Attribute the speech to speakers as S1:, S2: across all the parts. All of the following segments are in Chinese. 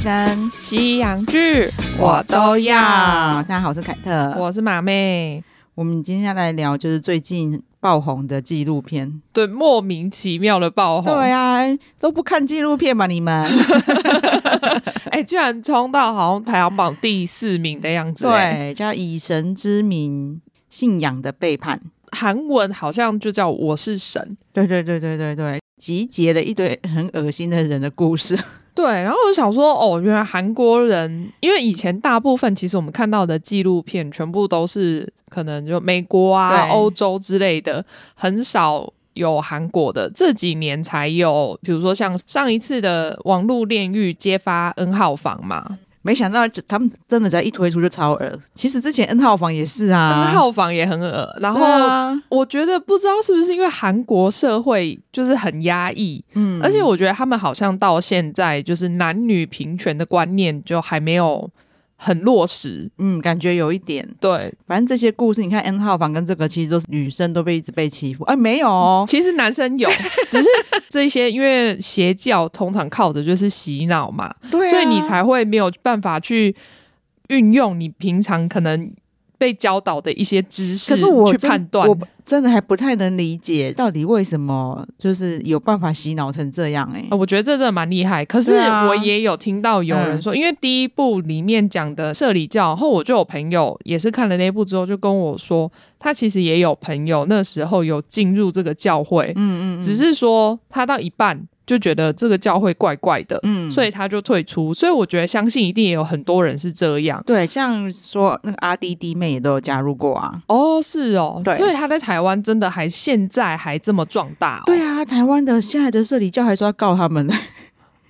S1: 生，
S2: 西洋剧
S1: 大家好，我是凯特。我
S2: 我是马妹。
S1: 我们今天要来聊就是最近爆红的纪录片。
S2: 对，莫名其妙的爆红。
S1: 对啊，都不看纪录片吧你们？
S2: 哎、居然冲到好像排行榜第四名的样子、哎，
S1: 对，叫《以神之名：信仰的背叛》。
S2: 韩文好像就叫我是神。
S1: 对对对对对对，集结了一堆很恶心的人的故事。
S2: 对，然后我就想说，哦，原来韩国人，因为以前大部分其实我们看到的纪录片，全部都是可能就美国啊、
S1: 对
S2: 欧洲之类的，很少有韩国的。这几年才有，比如说像上一次的网络炼狱揭发 N 号房嘛，
S1: 没想到这他们真的只要一推出就超恶。其实之前 N 号房也是啊，
S2: N 号房也很恶。然
S1: 对
S2: 后、
S1: 啊，
S2: 我觉得不知道是不是因为韩国社会就是很压抑，
S1: 嗯
S2: 而且我觉得他们好像到现在就是男女平权的观念就还没有很落实。
S1: 嗯，感觉有一点。
S2: 对，
S1: 反正这些故事，你看 N 号房跟这个，其实都是女生都被一直被欺负。哎，没有哦，
S2: 其实 男生有，只是这些因为邪教通常靠的就是洗脑嘛，
S1: 对啊
S2: 所以你才会没有办法去运用你平常可能被教导的一些知识，
S1: 可是我
S2: 去
S1: 真
S2: 判断
S1: 我。真的还不太能理解，到底为什么就是有办法洗脑成这样、哎、
S2: 呃我觉得这真的蛮厉害，可是
S1: 对啊嗯
S2: 我也有听到有人说，因为第一部里面讲的社里教，然后我就有朋友也是看了那部之后，就跟我说，他其实也有朋友那时候有进入这个教会，
S1: 嗯嗯嗯，
S2: 只是说他到一半就觉得这个教会怪怪的，
S1: 嗯
S2: 所以他就退出。所以我觉得相信一定也有很多人是这样。
S1: 对，像说那个阿弟弟妹也都有加入过啊。
S2: 哦，是哦，
S1: 对
S2: 所以他在台湾真的还现在还这么壮大、哦，
S1: 对啊，台湾的现在的社里教还说要告他们呢。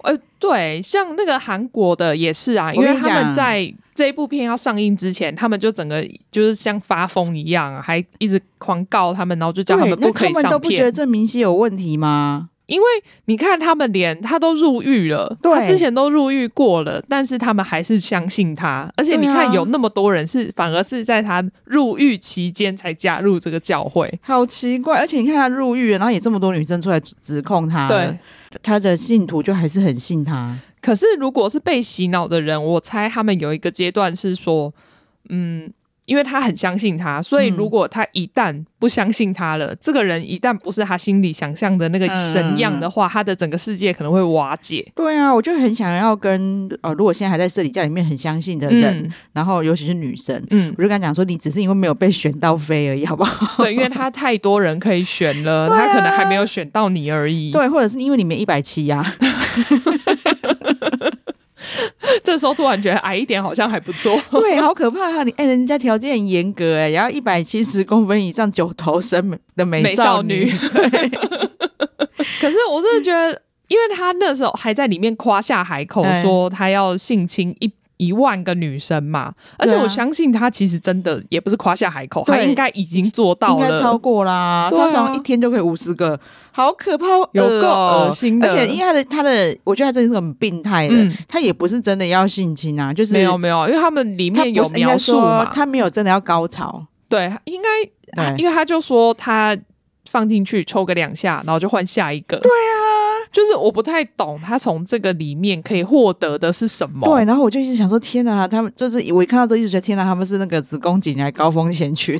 S2: 呃，对，像那个韩国的也是啊，因
S1: 我跟
S2: 为
S1: 你
S2: 他们
S1: 讲
S2: 在这一部片要上映之前，他们就整个就是像发疯一样啊、还一直狂告他们，然后就叫他
S1: 对
S2: 们
S1: 那
S2: 不可以
S1: 他们都
S2: 上
S1: 不觉得
S2: 片。
S1: 这明星有问题吗？
S2: 因为你看，他们连他都入狱了，
S1: 对
S2: 他之前都入狱过了，但是他们还是相信他。而且你
S1: 对啊
S2: 看，有那么多人是反而是在他入狱期间才加入这个教会。
S1: 好奇怪，而且你看他入狱了，然后也这么多女生出来指控他，
S2: 对，
S1: 他的信徒就还是很信他。
S2: 可是如果是被洗脑的人，我猜他们有一个阶段是说，嗯，因为他很相信他，所以
S1: 嗯
S2: 如果他一旦不相信他了，这个人一旦不是他心里想象的那个神样
S1: 嗯
S2: 的话，他的整个世界可能会瓦解。
S1: 对啊，我就很想要跟呃，如果现在还在社里教里面很相信的人，
S2: 嗯
S1: 然后尤其是女生，
S2: 嗯
S1: 我，就跟她讲说，你只是因为没有被选到飞而已， 好不好？
S2: 对，因为他太多人可以选了，
S1: 对啊
S2: 他可能还没有选到你而已。，
S1: 对，或者是因为你们一百七 呀，
S2: 这时候突然觉得矮一点好像还不错。
S1: 对，好可怕啊！你哎、人家条件很严格哎、也要一百七十公分以上九头身的美
S2: 美
S1: 少
S2: 少
S1: 女，
S2: 女 可是我真的觉得，因为他那时候还在里面夸下海口
S1: 哎
S2: 说他要性侵一一万个女生嘛，而且
S1: 对啊
S2: 我相信他其实真的也不是夸下海口，
S1: 对
S2: 他应该已经做到
S1: 应该
S2: 了。
S1: 超过啦，
S2: 对啊
S1: 通常一天就可以五十个，好可怕，好恶
S2: 有够
S1: 哦
S2: 恶心的
S1: 而且因为他的他的，我觉得他真的是很病态的，
S2: 嗯
S1: 他也不是真的要性侵啊，就是
S2: 没有没有，因为他们里
S1: 他
S2: 面
S1: 不
S2: 有
S1: 是应该
S2: 描述
S1: 说
S2: 嘛，
S1: 他没有真的要高潮。哎
S2: 对，应该
S1: 对
S2: 啊因为他就说他放进去抽个两下，然后就换下一个。对啊，就是我不太懂他从这个里面可以获得的是什么。
S1: 对，然后我就一直想说，天哪，他们就是我一看到都一直觉得，天哪，他们是那个子宫颈癌高风险群。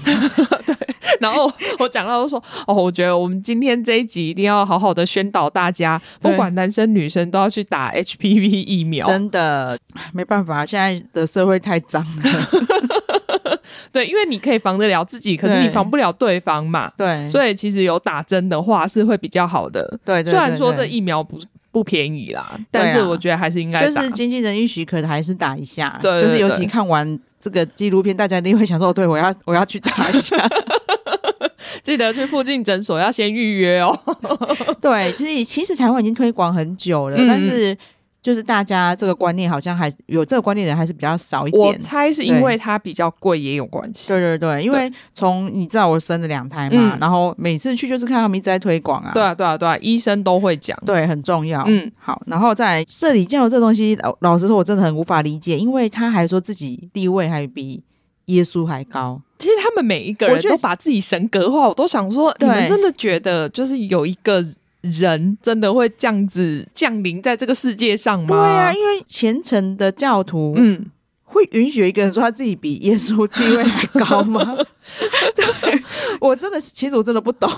S2: 然后我讲到就说，哦，我觉得我们今天这一集一定要好好的宣导大家，
S1: 对
S2: 不管男生女生都要去打 HPV 疫苗。
S1: 真的没办法，现在的社会太脏 了。
S2: 对，因为你可以防得了自己，可是
S1: 对
S2: 你防不了对方嘛。
S1: 对，以
S2: 所以其实有打针的话是会比较好的。
S1: 对对对
S2: 虽然说
S1: 对啊
S2: 这疫苗不不便宜啦，但是我觉得还是应该
S1: 就
S2: 打。
S1: 是经纪人一许可的，还是打一下。
S2: 对
S1: 就
S2: 对对
S1: 是尤其看完这个纪录片，大家一定会想说，哦，对我要 我要去打一 下。
S2: 记得去附近诊所要先预约哦。
S1: 对，其实其实台湾已经推广很久了，
S2: 嗯
S1: 但是就是大家这个观念好像还有这个观念的人还是比较少一
S2: 我
S1: 点。
S2: 猜是因为它比较贵也有关系。啊
S1: 对对对，因为从你知道我生了两胎嘛，
S2: 嗯
S1: 然后每次去就是看他们一直在推广啊，
S2: 对啊，对啊，对啊，医生都会讲。
S1: 对，啊很重要。
S2: 嗯，
S1: 好，然后再来社里教这东西，老老实说，我真的很无法理解，因为他还说自己地位还比耶稣还高。
S2: 其实他们每一个
S1: 我
S2: 人
S1: 觉得
S2: 都把自己神格化，我都想说，
S1: 对
S2: 你们真的觉得就是有一个人真的会这样子降临在这个世界上吗？
S1: 对啊，因为虔诚的教徒
S2: 嗯，
S1: 会允许一个人说他自己比耶稣地位还高吗？ 对我真的是，其实我真的不懂。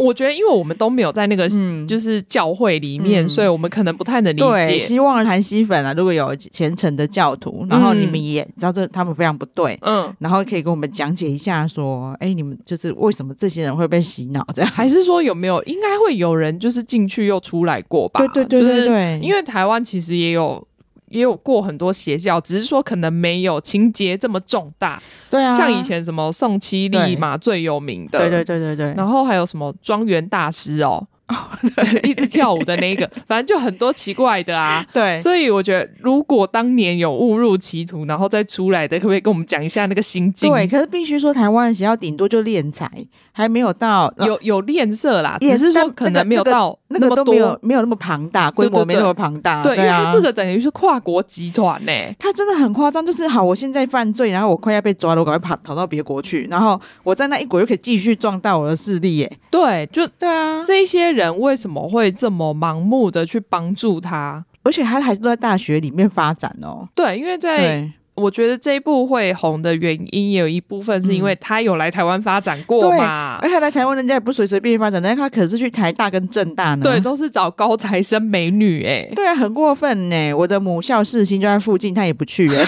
S2: 我觉得因为我们都没有在那个
S1: 嗯，
S2: 就是教会里面，
S1: 嗯
S2: 所以我们可能不太能理
S1: 对，
S2: 解。
S1: 希望韩熙粉啊，如果有虔诚的教徒，然后你们也知道这他们非常不对，
S2: 嗯，
S1: 然后可以跟我们讲解一下，说，哎，你们就是为什么这些人会被洗脑这样？
S2: 还是说有没有应该会有人就是进去又出来过吧？
S1: 对对对对
S2: 就是
S1: 对，
S2: 因为台湾其实也有。也有过很多邪教，只是说可能没有情节这么重大，
S1: 对啊，
S2: 像以前什么宋七力
S1: 对
S2: 嘛最有名的，
S1: 对对对对对，
S2: 然后还有什么庄园大师哦， 一直跳舞的 那个，反正就很多奇怪的啊。
S1: 对
S2: 所以我觉得，如果当年有误入歧途，然后再出来的，可不可以跟我们讲一下那个心境？
S1: 对，，可是必须说，台湾的学校顶多就敛财，还没有到
S2: 有有恋色啦，
S1: 也
S2: 只是说
S1: 但
S2: 可
S1: 那个
S2: 能没有
S1: 那个
S2: 到
S1: 那
S2: 么
S1: 个都
S2: 多。
S1: 没有没有那么庞大，规模没那么庞大。
S2: 对，因为
S1: 啊
S2: 它这个等于是跨国集团欸呢、
S1: 他真的很夸张，就是好，我现在犯罪，然后我快要被抓了，我赶快跑逃到别国去，然后我在那一国又可以继续壮大我的势力耶。
S2: 对，就
S1: 对啊，
S2: 这一些人为什么会这么盲目的去帮助他？
S1: 而且他还是都在大学里面发展哦。
S2: 对，因为在
S1: 对
S2: 我觉得这一部会红的原因，也有一部分是因为他有来台湾发展过
S1: 嗯对
S2: 嘛。
S1: 而且来台湾人家也不随随便便发展，人家他可是去台大跟政大呢。
S2: 对，都是找高材生美女哎、
S1: 对啊，很过分呢。我的母校世新就在附近，他也不去耶。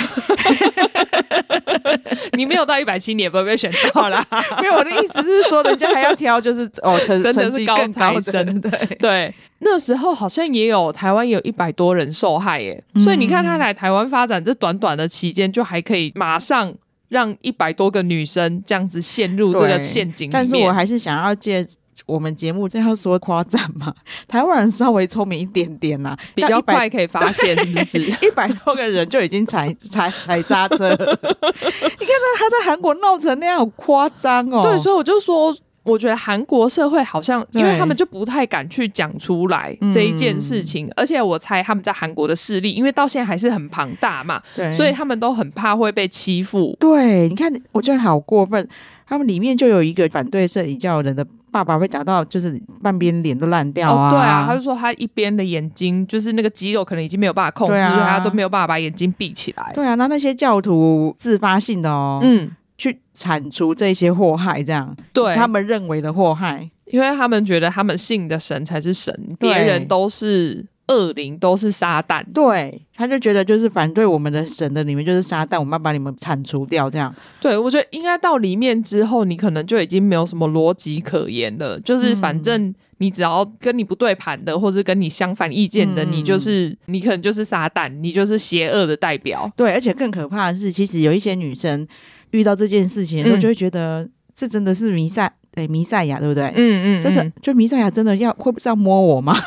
S2: 你没有到一百七，你也不会被选 到啦。
S1: 因为我的意思是说，人家还要挑，就是哦成
S2: 真的是
S1: 成绩
S2: 高
S1: 更
S2: 材
S1: 高
S2: 生
S1: 的，对。
S2: 对，那时候好像也有台湾也有一百多人受害耶，
S1: 嗯
S2: 所以你看他来台湾发展这短短的期间，就还可以马上让一百多个女生这样子陷入这个
S1: 对
S2: 陷阱里面。
S1: 但是我还是想要借我们节目这样说夸赞嘛，台湾人稍微聪明一点点啊啦、
S2: 比较 快可以发现，是不是？
S1: 一百多个人就已经踩 踩踩刹车 了。你看他他在韩国闹成那样，好夸张 哦。
S2: 对，所以我就说。我觉得韩国社会好像，因为
S1: 对嗯
S2: 他们就不太敢去讲出来这一件事情，而且我猜他们在韩国的势力，因为到现在还是很庞大嘛，
S1: 对
S2: 所以他们都很怕会被欺负。
S1: 对，你看，我觉得好过分。他们里面就有一个反对社里教人的爸爸被打到，就是半边脸都烂掉啊、
S2: 哦，对啊，他就说他一边的眼睛就是那个肌肉可能已经没有办法控制，
S1: 对啊
S2: 所以他都没有办法把眼睛闭起来。
S1: 对啊，那那些教徒自发性的哦，
S2: 嗯，
S1: 去铲除这些祸害，这样
S2: 对，
S1: 他们认为的祸害。
S2: 因为他们觉得他们信的神才是神，
S1: 对
S2: 别人都是恶灵，都是撒旦。
S1: 对，他就觉得就是反对我们的神的，你们就是撒旦，我们要把你们铲除掉，这样。
S2: 对，我觉得应该到里面之后，你可能就已经没有什么逻辑可言了。
S1: 嗯
S2: 就是反正你只要跟你不对盘的，或是跟你相反意见的，
S1: 嗯
S2: 你就是你可能就是撒旦，你就是邪恶的代表。
S1: 对，而且更可怕的是，其实有一些女生遇到这件事情的时候，
S2: 嗯
S1: 就会觉得、这真的是弥赛，哎，弥赛亚，对不对？
S2: 嗯嗯，
S1: 这是
S2: 嗯
S1: 就弥赛亚真的要会不知道摸我吗？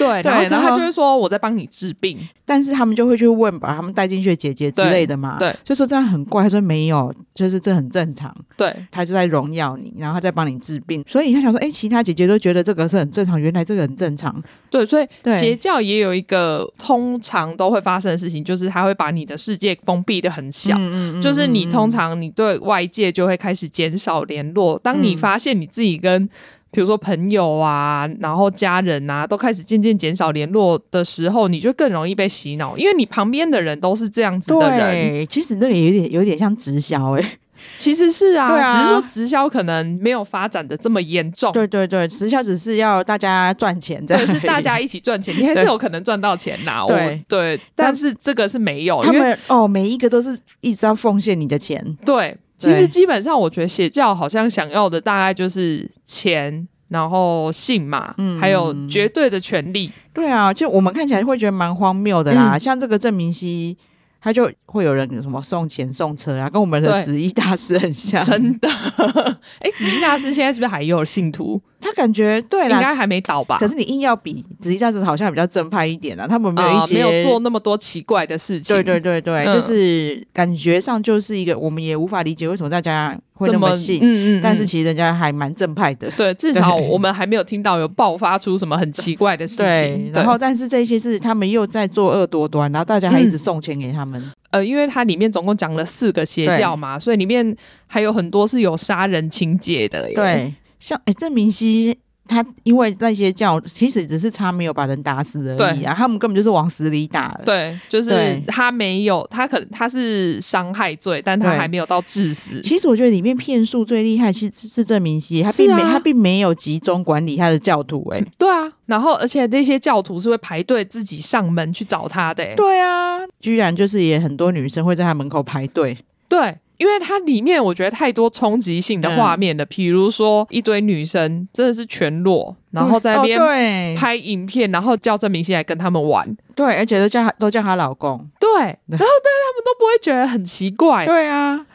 S2: 对，
S1: 对
S2: 然后可是
S1: 然后
S2: 他就会说我在帮你治病。
S1: 但是他们就会去问，把他们带进去的姐姐之
S2: 对
S1: 类的嘛。
S2: 对
S1: 就说这样很怪。他说没有，就是这很正常。
S2: 对，
S1: 他就在荣耀你，然后他在帮你治病。所以他想说，哎，其他姐姐都觉得这个是很正常，原来这个很正常。
S2: 对，所以
S1: 对
S2: 邪教也有一个通常都会发生的事情，就是它会把你的世界封闭的很小。
S1: 嗯
S2: 就是你通
S1: 常。
S2: 常你对外界就会开始减少联络。当你
S1: 嗯
S2: 发现你自己跟，比如说朋友啊，然后家人啊，都开始渐渐减少联络的时候，你就更容易被洗脑，因为你旁边的人都是这样子的人。
S1: 对，其实那个也有点有点像直销哎、
S2: 其实是啊，
S1: 对啊
S2: 只是说直销可能没有发展的这么严重。
S1: 对对对，直销只是要大家赚钱这样
S2: 哦 对，
S1: 而已，
S2: 是大家一起赚钱，你还是有可能赚到钱呐、我
S1: 对
S2: 对，但是这个是没有，
S1: 他
S2: 因为
S1: 们哦，每一个都是一直要奉献你的钱，
S2: 对，其
S1: 对
S2: 实基本上我觉得邪教好像想要的大概就是钱，然后性嘛，
S1: 嗯
S2: 还有绝对的权利。
S1: 对啊，就我们看起来会觉得蛮荒谬的啦，
S2: 嗯
S1: 像这个郑明熙。他就会有人什么送钱送车啊，跟我们的
S2: 对
S1: 紫衣大师很像。
S2: 真的， 哎，紫金大师现在是不是还有信徒？
S1: 他感觉对
S2: 应
S1: 啦，
S2: 该还没倒吧？
S1: 可是你硬要比紫衣大师好像比较正派一点啦，他们没
S2: 啊
S1: 有一些、
S2: 没有做那么多奇怪的事情。
S1: 对对对对，
S2: 嗯
S1: 就是感觉上就是一个我们也无法理解为什么大家会那
S2: 这么
S1: 信，
S2: 嗯嗯嗯，
S1: 但是其实人家还蛮正派 的。
S2: 对，至少
S1: 对
S2: 我们还没有听到有爆发出什么很奇怪的事情。
S1: 然后但是这些是他们又在作恶多端，然后大家还一直送钱给他们。
S2: 呃，因为它里面总共讲了四个邪教嘛，所以里面还有很多是有杀人情节的耶。
S1: 对，像哎，郑明熙他因为那些教其实只是差没有把人打死而已啊，他们根本就是往死里打了。
S2: 对，就是
S1: 对
S2: 他没有，他可能他是伤害罪，但他
S1: 对
S2: 还没有到致死。
S1: 其实我觉得里面骗术最厉害是是郑明熙，他
S2: 是
S1: 并没、
S2: 啊
S1: 他并没有集中管理他的教徒、欸，哎、
S2: 对啊，然后而且那些教徒是会排队自己上门去找他的、欸。
S1: 对啊，居然就是也很多女生会在他门口排队，
S2: 对，因为它里面我觉得太多冲击性
S1: 嗯
S2: 的画面了，比如说一堆女生真的是全裸，然后在那边
S1: 哦对
S2: 拍影片，然后叫郑明熙来跟他们玩。
S1: 对，而且都叫他都叫她老公，
S2: 对，然后但是他们都不会觉得很奇 怪。
S1: 对啊，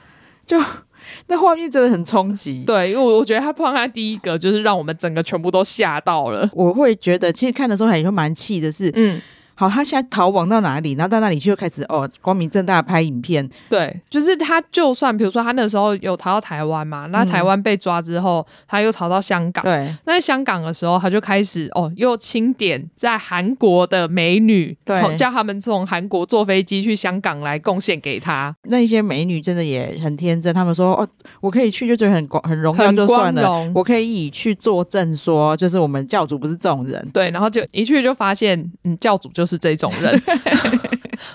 S1: 就那画面真的很冲击。
S2: 对，因为我我觉得他放在第一个，就是让我们整个全部都吓到了。
S1: 我会觉得，其实看的时候还会蛮气的是，
S2: 嗯，
S1: 好，他现在逃亡到哪里，然后到那里去又开始哦，光明正大地拍影片，
S2: 对，就是他，就算比如说他那时候有逃到台湾嘛，那台湾被抓之后，他又逃到香港。
S1: 嗯对
S2: 那在香港的时候，他就开始哦，又清点在韩国的美女，
S1: 对
S2: 从叫他们从韩国坐飞机去香港来贡献给他，
S1: 那一些美女真的也很天真，她们说哦，我可以去就觉得很光很荣耀
S2: 很
S1: 就算
S2: 光
S1: 了
S2: 荣，
S1: 我可以去作证说，就是我们教主不是这种人。
S2: 对，然后就一去就发现，嗯，教主就是这种 人，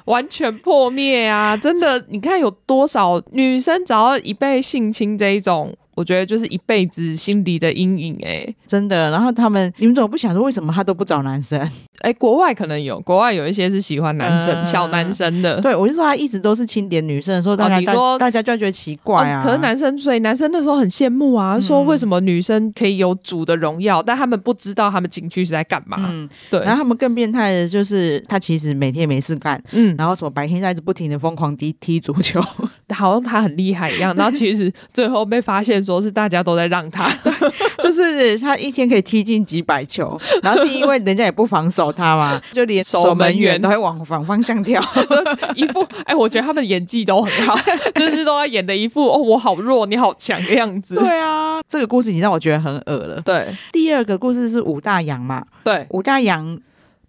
S2: 完全破灭啊！真的，你看有多少女生只要一被性侵这一种，我觉得就是一辈子心里的阴影、欸，哎。
S1: 真的。然后他们，你们怎么不想说为什么他都不找男生？
S2: 哎、国外可能有，国外有一些是喜欢男生、
S1: 嗯
S2: 小男生的。啊
S1: 对我就说他一直都是清点女生的时候，大家、
S2: 哦你说
S1: 大家就会觉得奇怪啊。嗯
S2: 哦可是男生，所以男生那时候很羡慕啊，说为什么女生可以有主的荣耀，但他们不知道他们进去是在干嘛。
S1: 嗯，
S2: 对，
S1: 然后他们更变态的就是，他其实每天没事干，
S2: 嗯，
S1: 然后什么白天他一直不停的疯狂踢踢足球，
S2: 好像他很厉害一样，然后其实最后被发现说是大家都在让他，
S1: 就是他一天可以踢进几百球，然后是因为人家也不防守他嘛，就连
S2: 守
S1: 守
S2: 门
S1: 门员啊
S2: 员
S1: 都会往反方向跳。
S2: 一副哎、我觉得他们演技都很好，就是都在演的一副哦，我好弱，你好强的样子。
S1: 对啊，这个故事已经让我觉得很恶了。
S2: 对
S1: 第二个故事是武大洋嘛，
S2: 对，
S1: 武大洋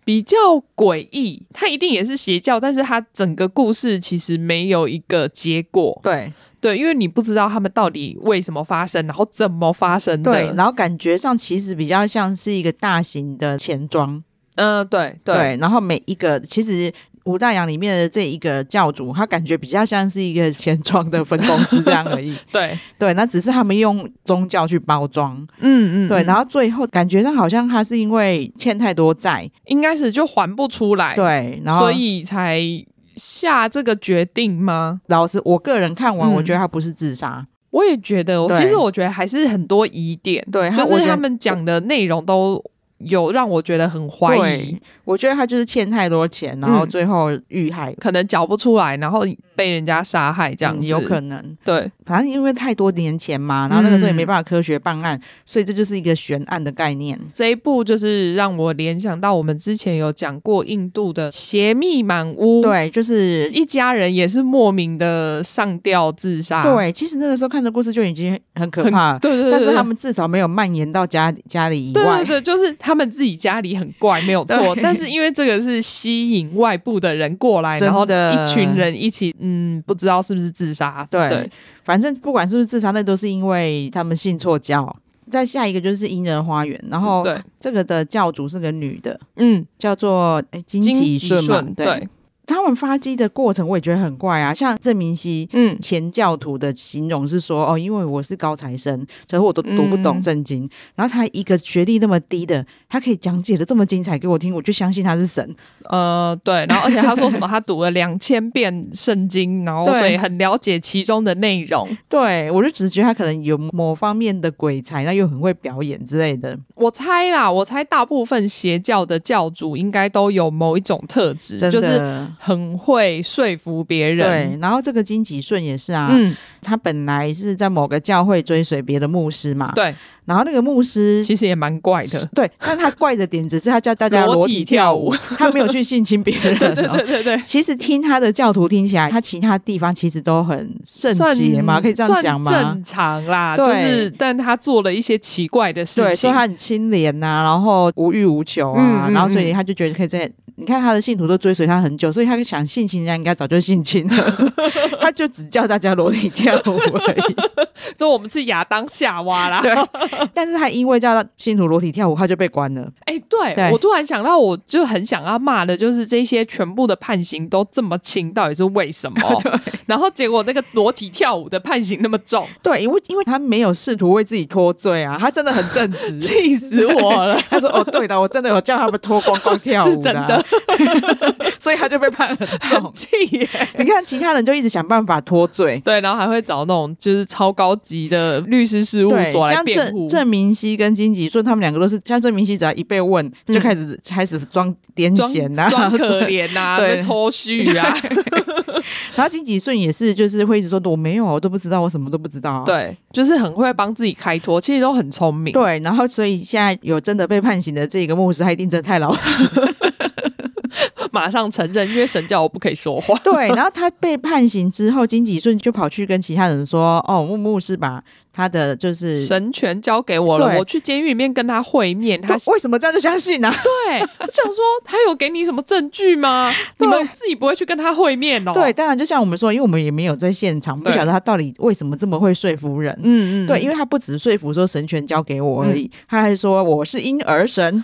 S2: 比较诡异，他一定也是邪教，但是他整个故事其实没有一个结果。
S1: 对
S2: 对，因为你不知道他们到底为什么发生，然后怎么发生的。
S1: 对，然后感觉上其实比较像是一个大型的钱庄，
S2: 嗯、对对
S1: 然后每一个其实。武大洋里面的这一个教主，他感觉比较像是一个钱庄的分公司这样而 已。
S2: 对，
S1: 对，那只是他们用宗教去包装。
S2: 嗯嗯
S1: 对，然
S2: 后
S1: 后最后感觉上好像他是因为欠太多债，
S2: 应该是就还不出来，，
S1: 对，然后
S2: 所以才下这个决定吗？
S1: 老师，我个人看完，
S2: 嗯
S1: 我觉得他不是自杀，
S2: 我也觉得，我
S1: 对
S2: 其实我觉得还是很多疑点，
S1: 对他我
S2: 就是
S1: 觉
S2: 他
S1: 得
S2: 们讲的内容都有让我觉得很怀疑
S1: 对，我觉得他就是欠太多钱，然后
S2: 嗯
S1: 最后遇害，
S2: 可能缴不出来，然后被人家杀害这
S1: 这
S2: 样子，
S1: 嗯有可能。
S2: 对
S1: 反正因为太多年前嘛，然后那个时候也
S2: 嗯
S1: 没办法科学办案，所以这就是一个悬案的概念。
S2: 这一部就是让我联想到我们之前有讲过印度的邪密满屋，。
S1: 对，就是。
S2: 一家人也是莫名的上吊自杀，
S1: 对，其实那个时候看的故事就已经很可怕了，
S2: 对嗯对对，
S1: 但是
S2: 对
S1: 他们至少没有蔓延到家里家里以
S2: 对
S1: 外
S2: 对。对，就是他们自己家里很怪，没有错。
S1: 对
S2: 但是因为这个是吸引外部的人过来，然后
S1: 真的
S2: 一群人一起，嗯，不知道是不是自杀。
S1: 呃对反正不管是不是自杀，那都是因为他们信错教。再下一个就是殷人花园，然后
S2: 对，
S1: 这个的教主是个女的，
S2: 嗯，
S1: 叫做诶金
S2: 金
S1: 吉
S2: 顺
S1: 顺嘛，
S2: 对，
S1: 他们发迹的过程我也觉得很怪啊，像郑明熙。
S2: 嗯，
S1: 前教徒的形容是说，哦，因为我是高材生，所以我都读不懂
S2: 嗯
S1: 圣经。然后他一个学历那么低的，他可以讲解的这么精彩给我听，我就相信他是神。
S2: 呃，对。然后而且他说什么？他读了两千遍圣经，然后
S1: 对
S2: 所以很了解其中的内容。
S1: 对我就只觉得他可能有某方面的鬼才，那又很会表演之类的，
S2: 我猜啦，我猜大部分邪教的教主应该都有某一种特质，
S1: 真的。
S2: 就是很会说服别人。
S1: 对，然后这个金吉顺也是啊，
S2: 嗯，
S1: 他本来是在某个教会追随别的牧师嘛，
S2: 对，
S1: 然后那个牧师
S2: 其实也蛮怪的。
S1: 对，但他怪的点只是他叫大家
S2: 裸
S1: 裸
S2: 体
S1: 体
S2: 跳
S1: 跳
S2: 舞
S1: 舞，他没有去性侵别人、哦。对对
S2: 对对对，
S1: 其实听他的教徒听起来，他其他地方其实都很圣洁嘛，可以这样讲
S2: 算
S1: 吗？
S2: 正常啦，
S1: 对
S2: 就是，但他做了一些奇怪的事
S1: 对，
S2: 情
S1: 说。他很清廉呐、然后无欲无求啊，
S2: 嗯嗯
S1: 然后所
S2: 嗯
S1: 以他就觉得可以在。你看他的信徒都追随他很久，所以他想性侵，人家应该早就性侵 了，他就只叫大家裸体跳舞而已。
S2: 就我们是亚当夏娃啦。
S1: 对，但是他因为叫他信徒裸体跳舞，他就被关了。
S2: 哎、对
S1: 对
S2: 我突然想到，我就很想要骂的，就是这些全部的判刑都这么轻，到底是为什么？ 然后结果那个裸体跳舞的判刑那么 重，
S1: 对，因为因为他没有试图为自己脱罪啊，他真的很正直。
S2: 气死我 了！
S1: 他说：“哦，对的，我真的有叫他们脱光光跳舞、啊，
S2: 是真的，
S1: 所以他就被判很 重。
S2: 气耶！
S1: 你看，其他人就一直想办法脱罪。
S2: 对，然后还会找那种就是超高级的律师事务
S1: 对，
S2: 所来
S1: 像
S2: 辩护
S1: 郑。郑明熙跟金吉顺他们两个都是，像郑明熙只要一被问，就开始、开始装癫
S2: 嗯装
S1: 痫呐、
S2: 装可怜 呐、
S1: 啊 对
S2: 被抽蓄啊，
S1: 然后金吉顺也是，就是会一直说我没有，啊我都不知道，我什么都不知道、啊。
S2: 对，就是很会帮自己开脱，其实都很聪明。
S1: 对，然后所以现在有真的被判刑的这个牧师，他一定真的太老 实。
S2: 马上承认，因为神教我不可以说话。
S1: 对，然后他被判刑之后，金吉顺就跑去跟其他人说：“哦，牧牧师把他的就是
S2: 神权交给我了，
S1: 对
S2: 我去监狱里面跟他会面。他
S1: 对为什么这样就相信啊呢、
S2: 对 我想说，他有给你什么证据吗？你
S1: 对
S2: 们自己不会去跟他会面哦？
S1: 对，，当然就像我们说，因为我们也没有在现场，不
S2: 对
S1: 晓得他到底为什么这么会说服人。
S2: 嗯
S1: 对，因
S2: 为
S1: 为他不只说服说神权交给我而已，他还说我是婴儿 神。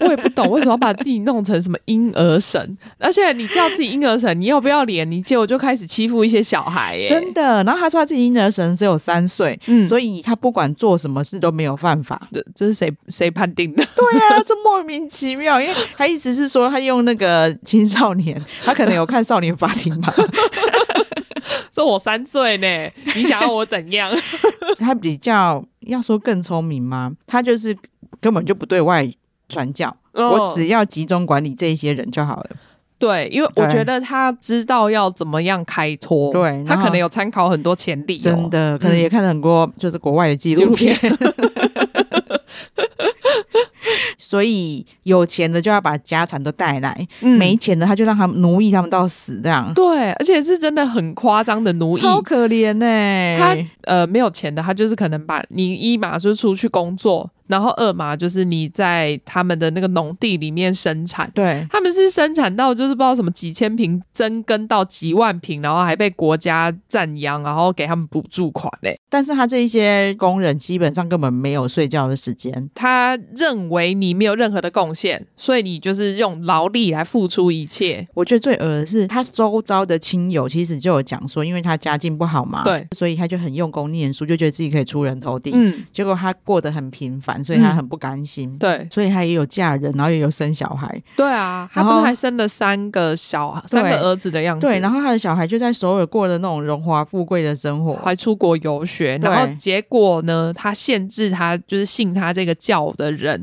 S2: 我也不懂为什么要把自己弄成什么婴儿神， 而且你叫自己婴儿神，你要不要脸？你结果就开始欺负一些小孩耶、
S1: 真的。然后他说他自己婴儿神只有三岁，
S2: 嗯。
S1: 所以他不管做什么事都没有犯法
S2: 这这是谁谁判定的？
S1: 对啊， 这莫名其妙，因为他一直是说他用那个青少年，他可能有看少年法庭 吧，
S2: 说我三岁呢，你想要我怎样？
S1: 他比较要说更聪明吗？他就是根本就不对外传教，我
S2: 哦
S1: 只要集中管理这一些人就好了。
S2: 对，因为我
S1: 对
S2: 觉得他知道要怎么样开脱，
S1: 对
S2: 他
S1: 然后
S2: 可能有参考很多前例、哦，
S1: 真的，可能也看了很多就是国外的纪
S2: 纪录
S1: 录片。 所以有钱的就要把家产都带来，
S2: 嗯
S1: 没钱的他就让他们奴役他们到死，这 样
S2: 对，而且是真的很夸张的奴役。
S1: 超可怜呢、
S2: 他呃没有钱的，他就是可能把你一嘛就是出去工作，然后二嘛就是你在他们的那个农地里面生产。
S1: 对
S2: 他们是生产到就是不知道什么几千瓶，增根到几万瓶，然后还被国家赞扬，然后给他们补助款欸嘞、
S1: 但是他这一些工人基本上根本没有睡觉的时间。
S2: 他认为你没有任何的贡献，所以你就是用劳力来付出一切。
S1: 我觉得最恶的是，他周遭的亲友其实就有讲说，因为他家境不好嘛，
S2: 对，
S1: 所以他就很用功念书，就觉得自己可以出人头地。
S2: 啊嗯，
S1: 结果他过得很平凡，所以他
S2: 嗯
S1: 很不甘心。
S2: 对
S1: 所以她也有嫁人，然后也有生小孩，
S2: 对啊，他
S1: 然
S2: 不
S1: 后
S2: 是还生了三个小三个儿子的样子，
S1: 对，然后她的小孩就在首尔过的那种荣华富贵的生活，
S2: 还出国游学，
S1: 对
S2: 然后结果呢，他限制他就是信他这个教的人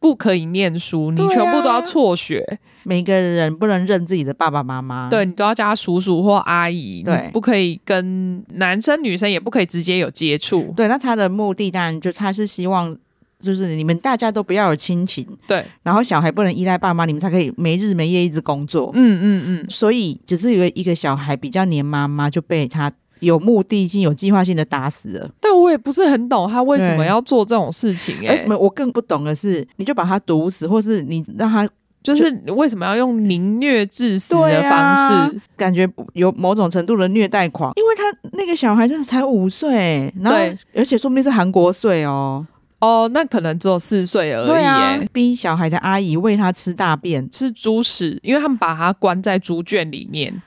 S2: 不可以念书，你
S1: 对啊
S2: 全部都要辍学，
S1: 每个人不能认自己的爸爸妈妈，
S2: 对,、你都要叫他叔叔或阿姨，
S1: 对
S2: 你不可以跟男生女生也不可以直接有接触，
S1: 对，那她的目的当然就她是希望。就是你们大家都不要有亲情，
S2: 对，
S1: 然后小孩不能依赖爸妈，你们才可以没日没夜一直工作。
S2: 嗯嗯嗯，
S1: 所以只是有一个小孩比较黏妈妈，就被她有目的性、有计划性的打死了。
S2: 但我也不是很懂他为什么
S1: 对
S2: 要做这种事情、欸，
S1: 哎、没有我更不懂的是，你就把他毒死，或是你让他
S2: 就是为什么要用凌虐致死的
S1: 对
S2: 方式？
S1: 啊感觉有某种程度的虐待狂，因为他那个小孩真的才五岁，然
S2: 对
S1: 后而且说不定是韩国岁哦，
S2: 哦，那可能只有四岁而已、
S1: 对啊
S2: 耶，
S1: 逼小孩的阿姨喂他吃大便，
S2: 是猪屎，因为他们把它关在猪圈里面。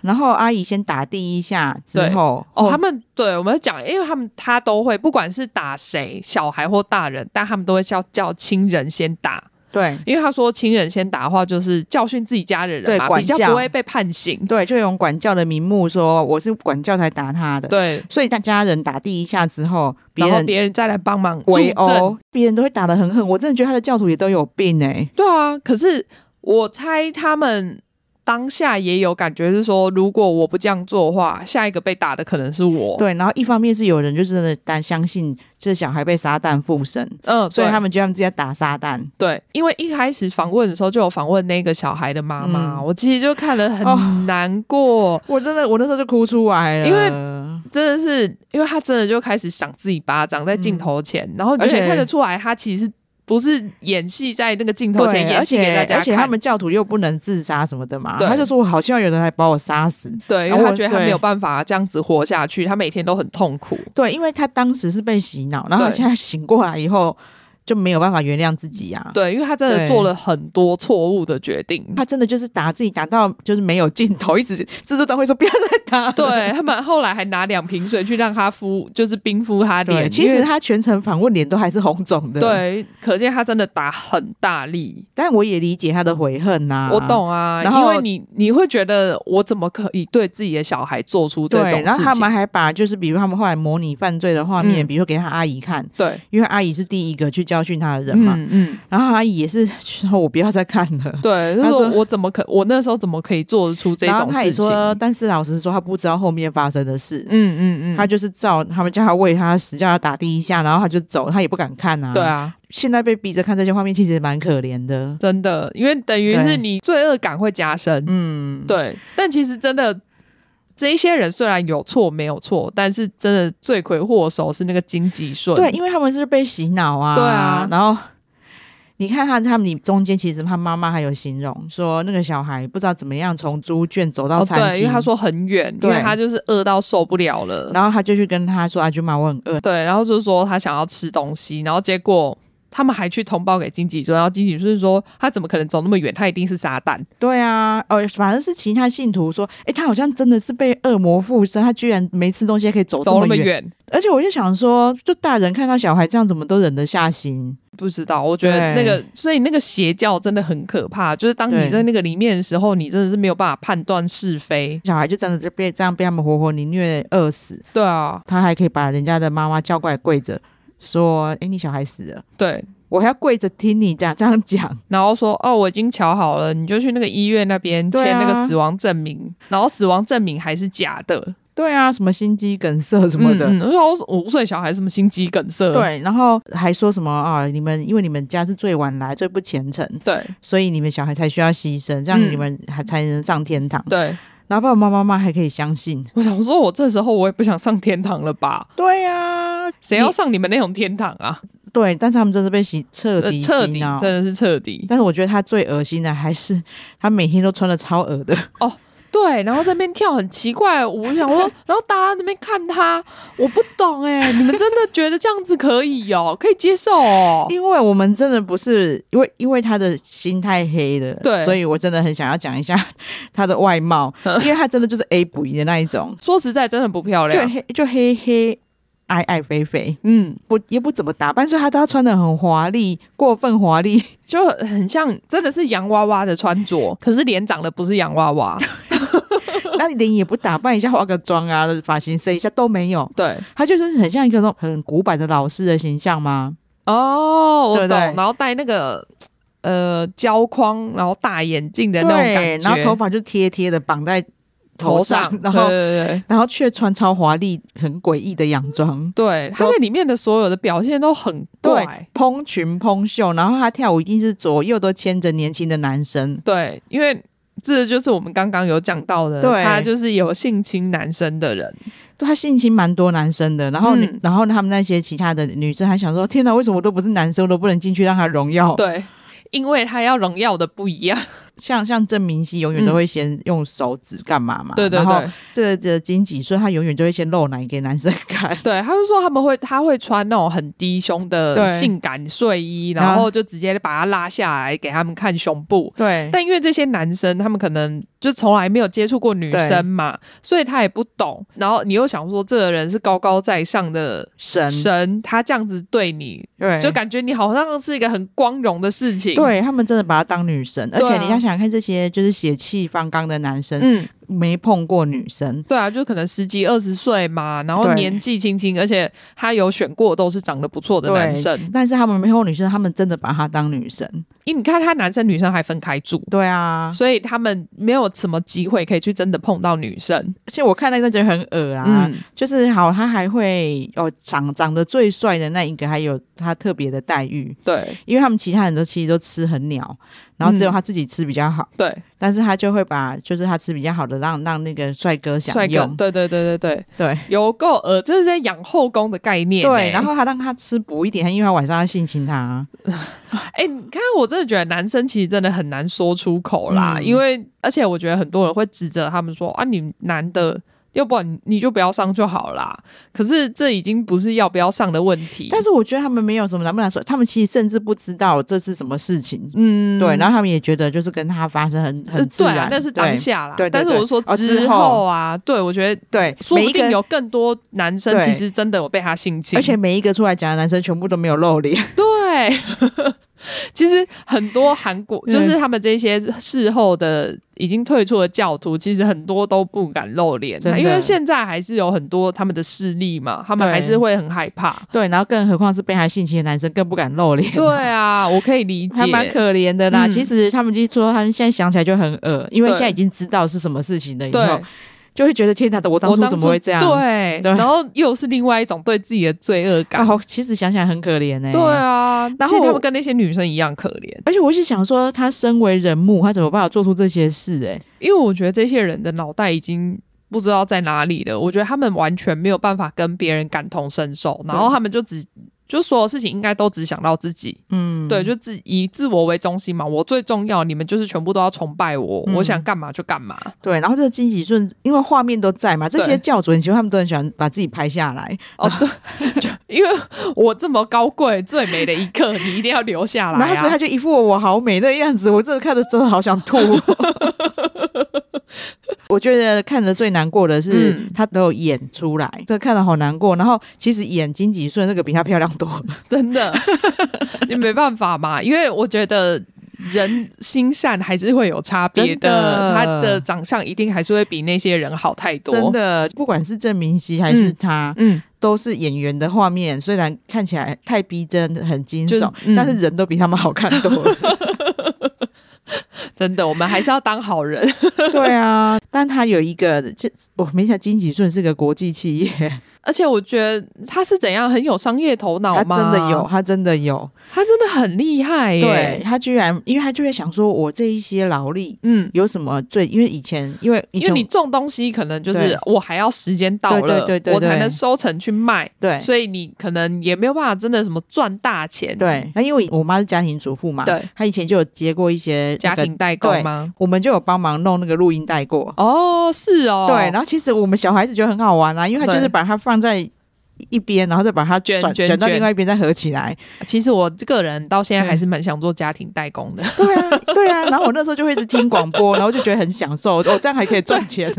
S1: 然后阿姨先打第一下之
S2: 对
S1: 后，
S2: 哦，他们对我们讲，因为他们他都会，不管是打谁，小孩或大人，但他们都会叫叫亲人先打，
S1: 对
S2: 因为他说亲人先打的话，就是教训自己家的人
S1: 对
S2: 嘛，
S1: 管
S2: 比较
S1: 教
S2: 不会被判刑。
S1: 对，就用管教的名目说我是管教才打他的，
S2: 对，
S1: 所以大家人打第一下之后，别
S2: 然后
S1: 人
S2: 别人再哦来帮忙助
S1: 围
S2: 阵。
S1: 殴，别人都会打得很狠，我真的觉得他的教徒也都有病哎、
S2: 对啊，可是我猜他们当下也有感觉是说，如果我不这样做的话，下一个被打的可能是我。，
S1: 对，然后一方面是有人就真的担相信这小孩被撒旦附身，
S2: 嗯，
S1: 所以他
S2: 们
S1: 们就他们自己在打撒旦。
S2: 对，因为一开始访问的时候就有访问那个小孩的妈妈，
S1: 嗯
S2: 我其实就看了
S1: 哦
S2: 很难过，
S1: 我真的，我那时候就哭出来了，
S2: 因真的是因为他真的就开始赏自己巴掌在镜头前，然后
S1: 嗯
S2: 你
S1: 而
S2: 就
S1: 且
S2: 也看得出来他其实。不是演戏在那个镜头前
S1: 对，而
S2: 演戏给
S1: 且
S2: 大家看，
S1: 而且他们教徒又不能自杀什么的嘛，
S2: 对
S1: 他就说我好希望有人来把我杀死。
S2: 对，因
S1: 然
S2: 为
S1: 后
S2: 他
S1: 我
S2: 觉得他
S1: 对
S2: 没有办法这样子活下去，他每天都很痛苦。
S1: 对，因为他当时是被洗脑，然后他
S2: 对
S1: 现在醒过来以后就没有办法原谅自己啊。
S2: 对，因为他真的
S1: 对
S2: 做了很多错误的决定。
S1: 他真的就是打自己打到就是没有尽头，一直制作单位说不要再打 了。
S2: 对他们后来还拿两瓶水去让他敷，就是冰敷他
S1: 对，
S2: 脸。
S1: 其
S2: 因
S1: 实
S2: 为
S1: 他全程访问脸都还是红肿的。，
S2: 对，可见他真的打很大力。
S1: 但我也理解他的悔恨呐、
S2: 我。懂啊，
S1: 然后
S2: 因为你你会觉得我怎么可以对自己的小孩做出这种事
S1: 对，
S2: 情？
S1: 然后他们还把就是比如他们后来模拟犯罪的画面，
S2: 嗯
S1: 比如说给他阿姨看，
S2: 对
S1: 因为阿姨是第一个去教训他的人嘛，
S2: 嗯嗯，
S1: 然后阿姨也是 说我不要再看了。
S2: 对，
S1: 他
S2: 他说
S1: 说
S2: 我怎么可，我那时候怎么可以做出这
S1: 然后
S2: 种
S1: 他也
S2: 事情？
S1: 说，但是老实说，他不知道后面发生的事，
S2: 嗯嗯嗯，
S1: 他就是照他们叫他喂他屎，叫他打第一下，然后他就走，他也不敢看啊。
S2: 对，啊，
S1: 现在被逼着看这些画面，其实蛮可怜的。
S2: 真的，因为等于
S1: 对
S2: 是你罪恶感会加深。
S1: 嗯，
S2: 对，但其实真的，这一些人虽然有错没有错，但是真的罪魁祸首是那个金吉顺。
S1: 对，，因为他们是被洗脑啊。
S2: 对啊
S1: 然后你看他他们你中间，其实他妈妈还有形容说，那个小孩不知道怎么样从猪圈走到
S2: 哦
S1: 餐厅，
S2: 对，因为他，说很远，因
S1: 对
S2: 为他就是饿到受不了了。
S1: 然后他就去跟他说：“阿舅妈，我很饿。”
S2: 对，然后就是说他想要吃东西，然后结果。他们还去通报给金吉顺，然后金吉顺说他怎么可能走那么远？他一定是撒旦。
S1: 对啊，呃，反正是其他信徒说，诶，他好像真的是被恶魔附身，他居然没吃东西还可以走这
S2: 走那
S1: 么
S2: 么
S1: 远。
S2: 远，
S1: 而且我就想说，就大人看到小孩这样，怎么都忍得下心？
S2: 不知道。我觉得那
S1: 对
S2: 个，所以那个邪教真的很可怕。就是当你
S1: 对
S2: 在那个里面的时候，你真的是没有办法判断是非。
S1: 小孩就真的就被这样被他们活活凌虐饿死，
S2: 对啊，
S1: 他还可以把人家的妈妈叫过来跪着说：“诶，你小孩死了，
S2: 对。
S1: 我还要跪着听你讲这样讲。
S2: 然后说哦，我已经瞧好了，你就去那个医院那边
S1: 对
S2: 签
S1: 啊
S2: 那个死亡证明，然后死亡证明还是假的，”
S1: 对啊，什么心肌梗塞什么的。
S2: 嗯嗯、我说五岁小孩什么心肌梗塞？
S1: 对，然后还说什么啊？你们因为你们家是最晚来、最不虔诚，
S2: 对
S1: 所以你们小孩才需要牺牲，这样
S2: 嗯
S1: 你们还才能上天堂。
S2: 对，
S1: 然后爸爸妈妈妈妈还可以相信。
S2: 我想说，我这时候我也不想上天堂了吧？
S1: 对呀、啊，
S2: 谁要上你们那种天堂啊？
S1: 对？但是他们真的被洗彻
S2: 呃
S1: 底洗
S2: 彻底，
S1: 脑
S2: 真。的是彻底
S1: 但是我觉得他最恶心的还是他每天都穿的超恶的，
S2: 哦对。然后在那边跳很奇怪 的舞，我想说，然后大家在那边看他，我不懂哎、你们真的觉得这样子可以哦、可以接受哦、
S1: 因为我们真的不是因为因为他的心太黑了，
S2: 对嗯
S1: 所以我真的很想要讲一下 他的外貌，因为他真的就是 A 补一的那一种，
S2: 说实在，真的不漂
S1: 就
S2: 亮。
S1: 黑就黑黑矮矮肥肥，
S2: 嗯，
S1: 不也不怎么打扮，所以他都要穿的很华丽，过分华 丽，
S2: 就很像，真的是洋娃娃的穿着，可是脸长得不是洋 娃娃。
S1: 那你脸也不打扮一下，化个妆啊，发型设一下都没有，
S2: 对，
S1: 他就是很像一个那种很古板的老师的形象吗？
S2: 哦，我
S1: 对
S2: 懂。
S1: 对
S2: 然后戴那个呃胶框，然后大眼镜的那种
S1: 对，
S2: 感觉，
S1: 然后头发就贴贴的绑在头
S2: 头
S1: 上，
S2: 上，
S1: 然后
S2: 对对对
S1: 然后却穿超华丽、很诡异的洋装，
S2: 对，他在里面的所有的表现都很怪。
S1: 蓬裙蓬袖，然后他跳舞一定是左右都牵着年轻的男生。
S2: 对，因为。这就是我们刚刚有讲到的，
S1: 对
S2: 他就是有性侵男生的人，
S1: 对他性侵蛮多男生的，然后你、
S2: 嗯
S1: 然后他们那些其他的女生还想说：天哪，为什么我都不是男生，我都不能进去让他荣耀？
S2: 对，因为他要荣耀的不一 样，
S1: 像像郑明熙永远都会先用手指干嘛嘛？
S2: 嗯对对
S1: 然后
S2: 对，
S1: 这这金几岁他永远就会先露奶给男生看。
S2: 对，他就说他们会，他会穿那种很低胸的
S1: 对
S2: 性感睡衣，
S1: 然
S2: 然
S1: 后
S2: 后就直接把它拉下来给他们看胸部。
S1: 对
S2: 但因为这些男生，他们可能就从来没有接触过女
S1: 对
S2: 生嘛，所以他也不懂。然后你又想说，这个人是高高在上的
S1: 神
S2: 神，他这样子对你，
S1: 对
S2: 就感觉你好像是一个很光荣的事情。，
S1: 对他们真的把她当女神，而
S2: 对
S1: 且
S2: 啊
S1: 你想想看，这些就是血气方刚的男生、
S2: 嗯，
S1: 没碰过女生，
S2: 对啊，就可能十几二十岁嘛，然后
S1: 对
S2: 年纪轻轻，而且他有选过都是长得不错的
S1: 对
S2: 男生。
S1: 但是他们没碰过女生，他们真的把她当女神。
S2: 因为你看他男生女生还分开住，
S1: 对啊，
S2: 所以他们没有什么机会可以去真的碰到女生。
S1: 而且我看那个觉得很恶啊，
S2: 嗯，
S1: 就是好，他还会哦长长得最帅的那一个，还有他特别的待遇，
S2: 对
S1: 因为他们其他人都其实都吃很鸟，然后只有他自己吃比较好，
S2: 对，
S1: 但是他就会把就是他吃比较好的让让那个帅哥享
S2: 帅哥，
S1: 用，
S2: 对对对对对，
S1: 对
S2: 有够呃，这是在养后宫的概念欸、
S1: 对，然后他让他吃补一点，因为他晚上要性侵他啊，
S2: 哎、你看，我真的觉得男生其实真的很难说出口啦，
S1: 嗯
S2: 因为而且我觉得很多人会指责他们说啊，你男的，要不然你就不要上就好啦。可是这已经不是要不要上的问题，
S1: 但是我觉得他们没有什么难不难说，他们其实甚至不知道这是什么事情，
S2: 嗯，
S1: 对，然后他们也觉得就是跟他发生很
S2: 呃
S1: 很自
S2: 对
S1: 然，
S2: 啊，那是当下啦。
S1: 对对对
S2: 但是我是说
S1: 哦之
S2: 之后啊，对我觉得
S1: 对，对
S2: 说
S1: 每
S2: 不
S1: 一
S2: 定
S1: 个。
S2: 有更多男生
S1: 对
S2: 其实真的有被他性侵，
S1: 而且每一个出来讲的男生全部都没有露脸，
S2: 对， 其实很多韩国
S1: 嗯
S2: 就是他们这些事后的已经退出的教徒，其实很多都不敢露脸，啊
S1: 真的
S2: 因为现在还是有很多他们的势力嘛，他们
S1: 对
S2: 还是会很害怕。
S1: 对，然后更何况是被他性侵的男生更不敢露脸，
S2: 对啊，我可以理解
S1: 还。蛮可怜的啦。
S2: 嗯
S1: 其实他们就说，他们现在想起来就很恶，因为
S2: 对
S1: 现在已经知道是什么事情了，以后
S2: 对，
S1: 就会觉得天哪的，哦我当
S2: 我
S1: 初
S2: 当
S1: 怎么会这样？
S2: 对，
S1: 对哦
S2: 然后又是另外一种对自己的罪恶感。
S1: 然后啊其实想想很可怜呢、
S2: 对。啊，
S1: 欸然后
S2: 其实他们跟那些女生一样可怜，
S1: 而且我是想说，他身为人母，他怎么办法做出这些事、欸？
S2: 因为我觉得这些人的脑袋已经不知道在哪里了。我觉得他们完全没有办法跟别人感同身受，然后他们就只就所有事情应该都只想到自己，
S1: 嗯，
S2: 对，就自以自我为中心嘛。我最重要，你们就是全部都要崇拜我，
S1: 嗯
S2: 我想干嘛就干嘛。
S1: 对。然后这个金喜顺，因为画面都在嘛，这
S2: 对
S1: 些教主，其实他们都很喜欢把自己拍下来，
S2: 哦，对，就因为我这么高贵，最美的一刻，你一定要留下来
S1: 然后所以他
S2: 啊！
S1: 就一副我好美那样子，我真的看着真的好想吐。哦 我觉得看的最难过的是、
S2: 嗯
S1: 他都有演出来，这看的好难过。然后其实演金吉顺那个比她漂亮多了，
S2: 真的， 你没办法嘛，因为我觉得。人心善还是会有差别
S1: 真的
S2: 他的长相一定还是会比那些人好太多。
S1: 真，的，不管是郑明熙还是他，
S2: 嗯，
S1: 都是演员的画面，虽然看起来太逼真、很惊
S2: 就是
S1: 悚，
S2: 嗯
S1: 但是人都比他们好看多了。
S2: 真的，我们还是要当好人。
S1: 对啊，但他有一个，这我没想到金吉顺是个国际企业，
S2: 而且我觉得他是怎样很有商业头脑
S1: 他
S2: 吗？哎
S1: 真的有，，他真的有。
S2: 他真的很厉害耶。
S1: 对，他居然，因为他就会想说，我这一些劳力
S2: 嗯，
S1: 有什么最？因为以前，因为以
S2: 因为
S1: 前
S2: 你种东西可能就是
S1: 对
S2: 我还要时间到
S1: 对对
S2: 了，
S1: 对对
S2: 我才
S1: 对
S2: 能收成去卖，
S1: 对
S2: 所以你可能也没有办法真的什么赚大钱。
S1: 对，那因为我妈是家庭主妇嘛，
S2: 对，
S1: 她以前就有接过一些
S2: 家
S1: 那个
S2: 庭，代购
S1: 对
S2: 吗？
S1: 我们就有帮忙弄那个录音带过。
S2: 哦，是哦，
S1: 对，然后其实我们小孩子觉得很好玩啊，因为他
S2: 对
S1: 就是把它放在一边，然后再把它
S2: 卷
S1: 转
S2: 卷
S1: 卷到
S2: 卷
S1: 另外一边再合起来。
S2: 其实我这个人到现在
S1: 对
S2: 还是蛮想做家庭代 工的。
S1: 对啊，对啊。然后我那时候就会一直听广播，然后就觉得很享受，哦，这样还可以赚 钱。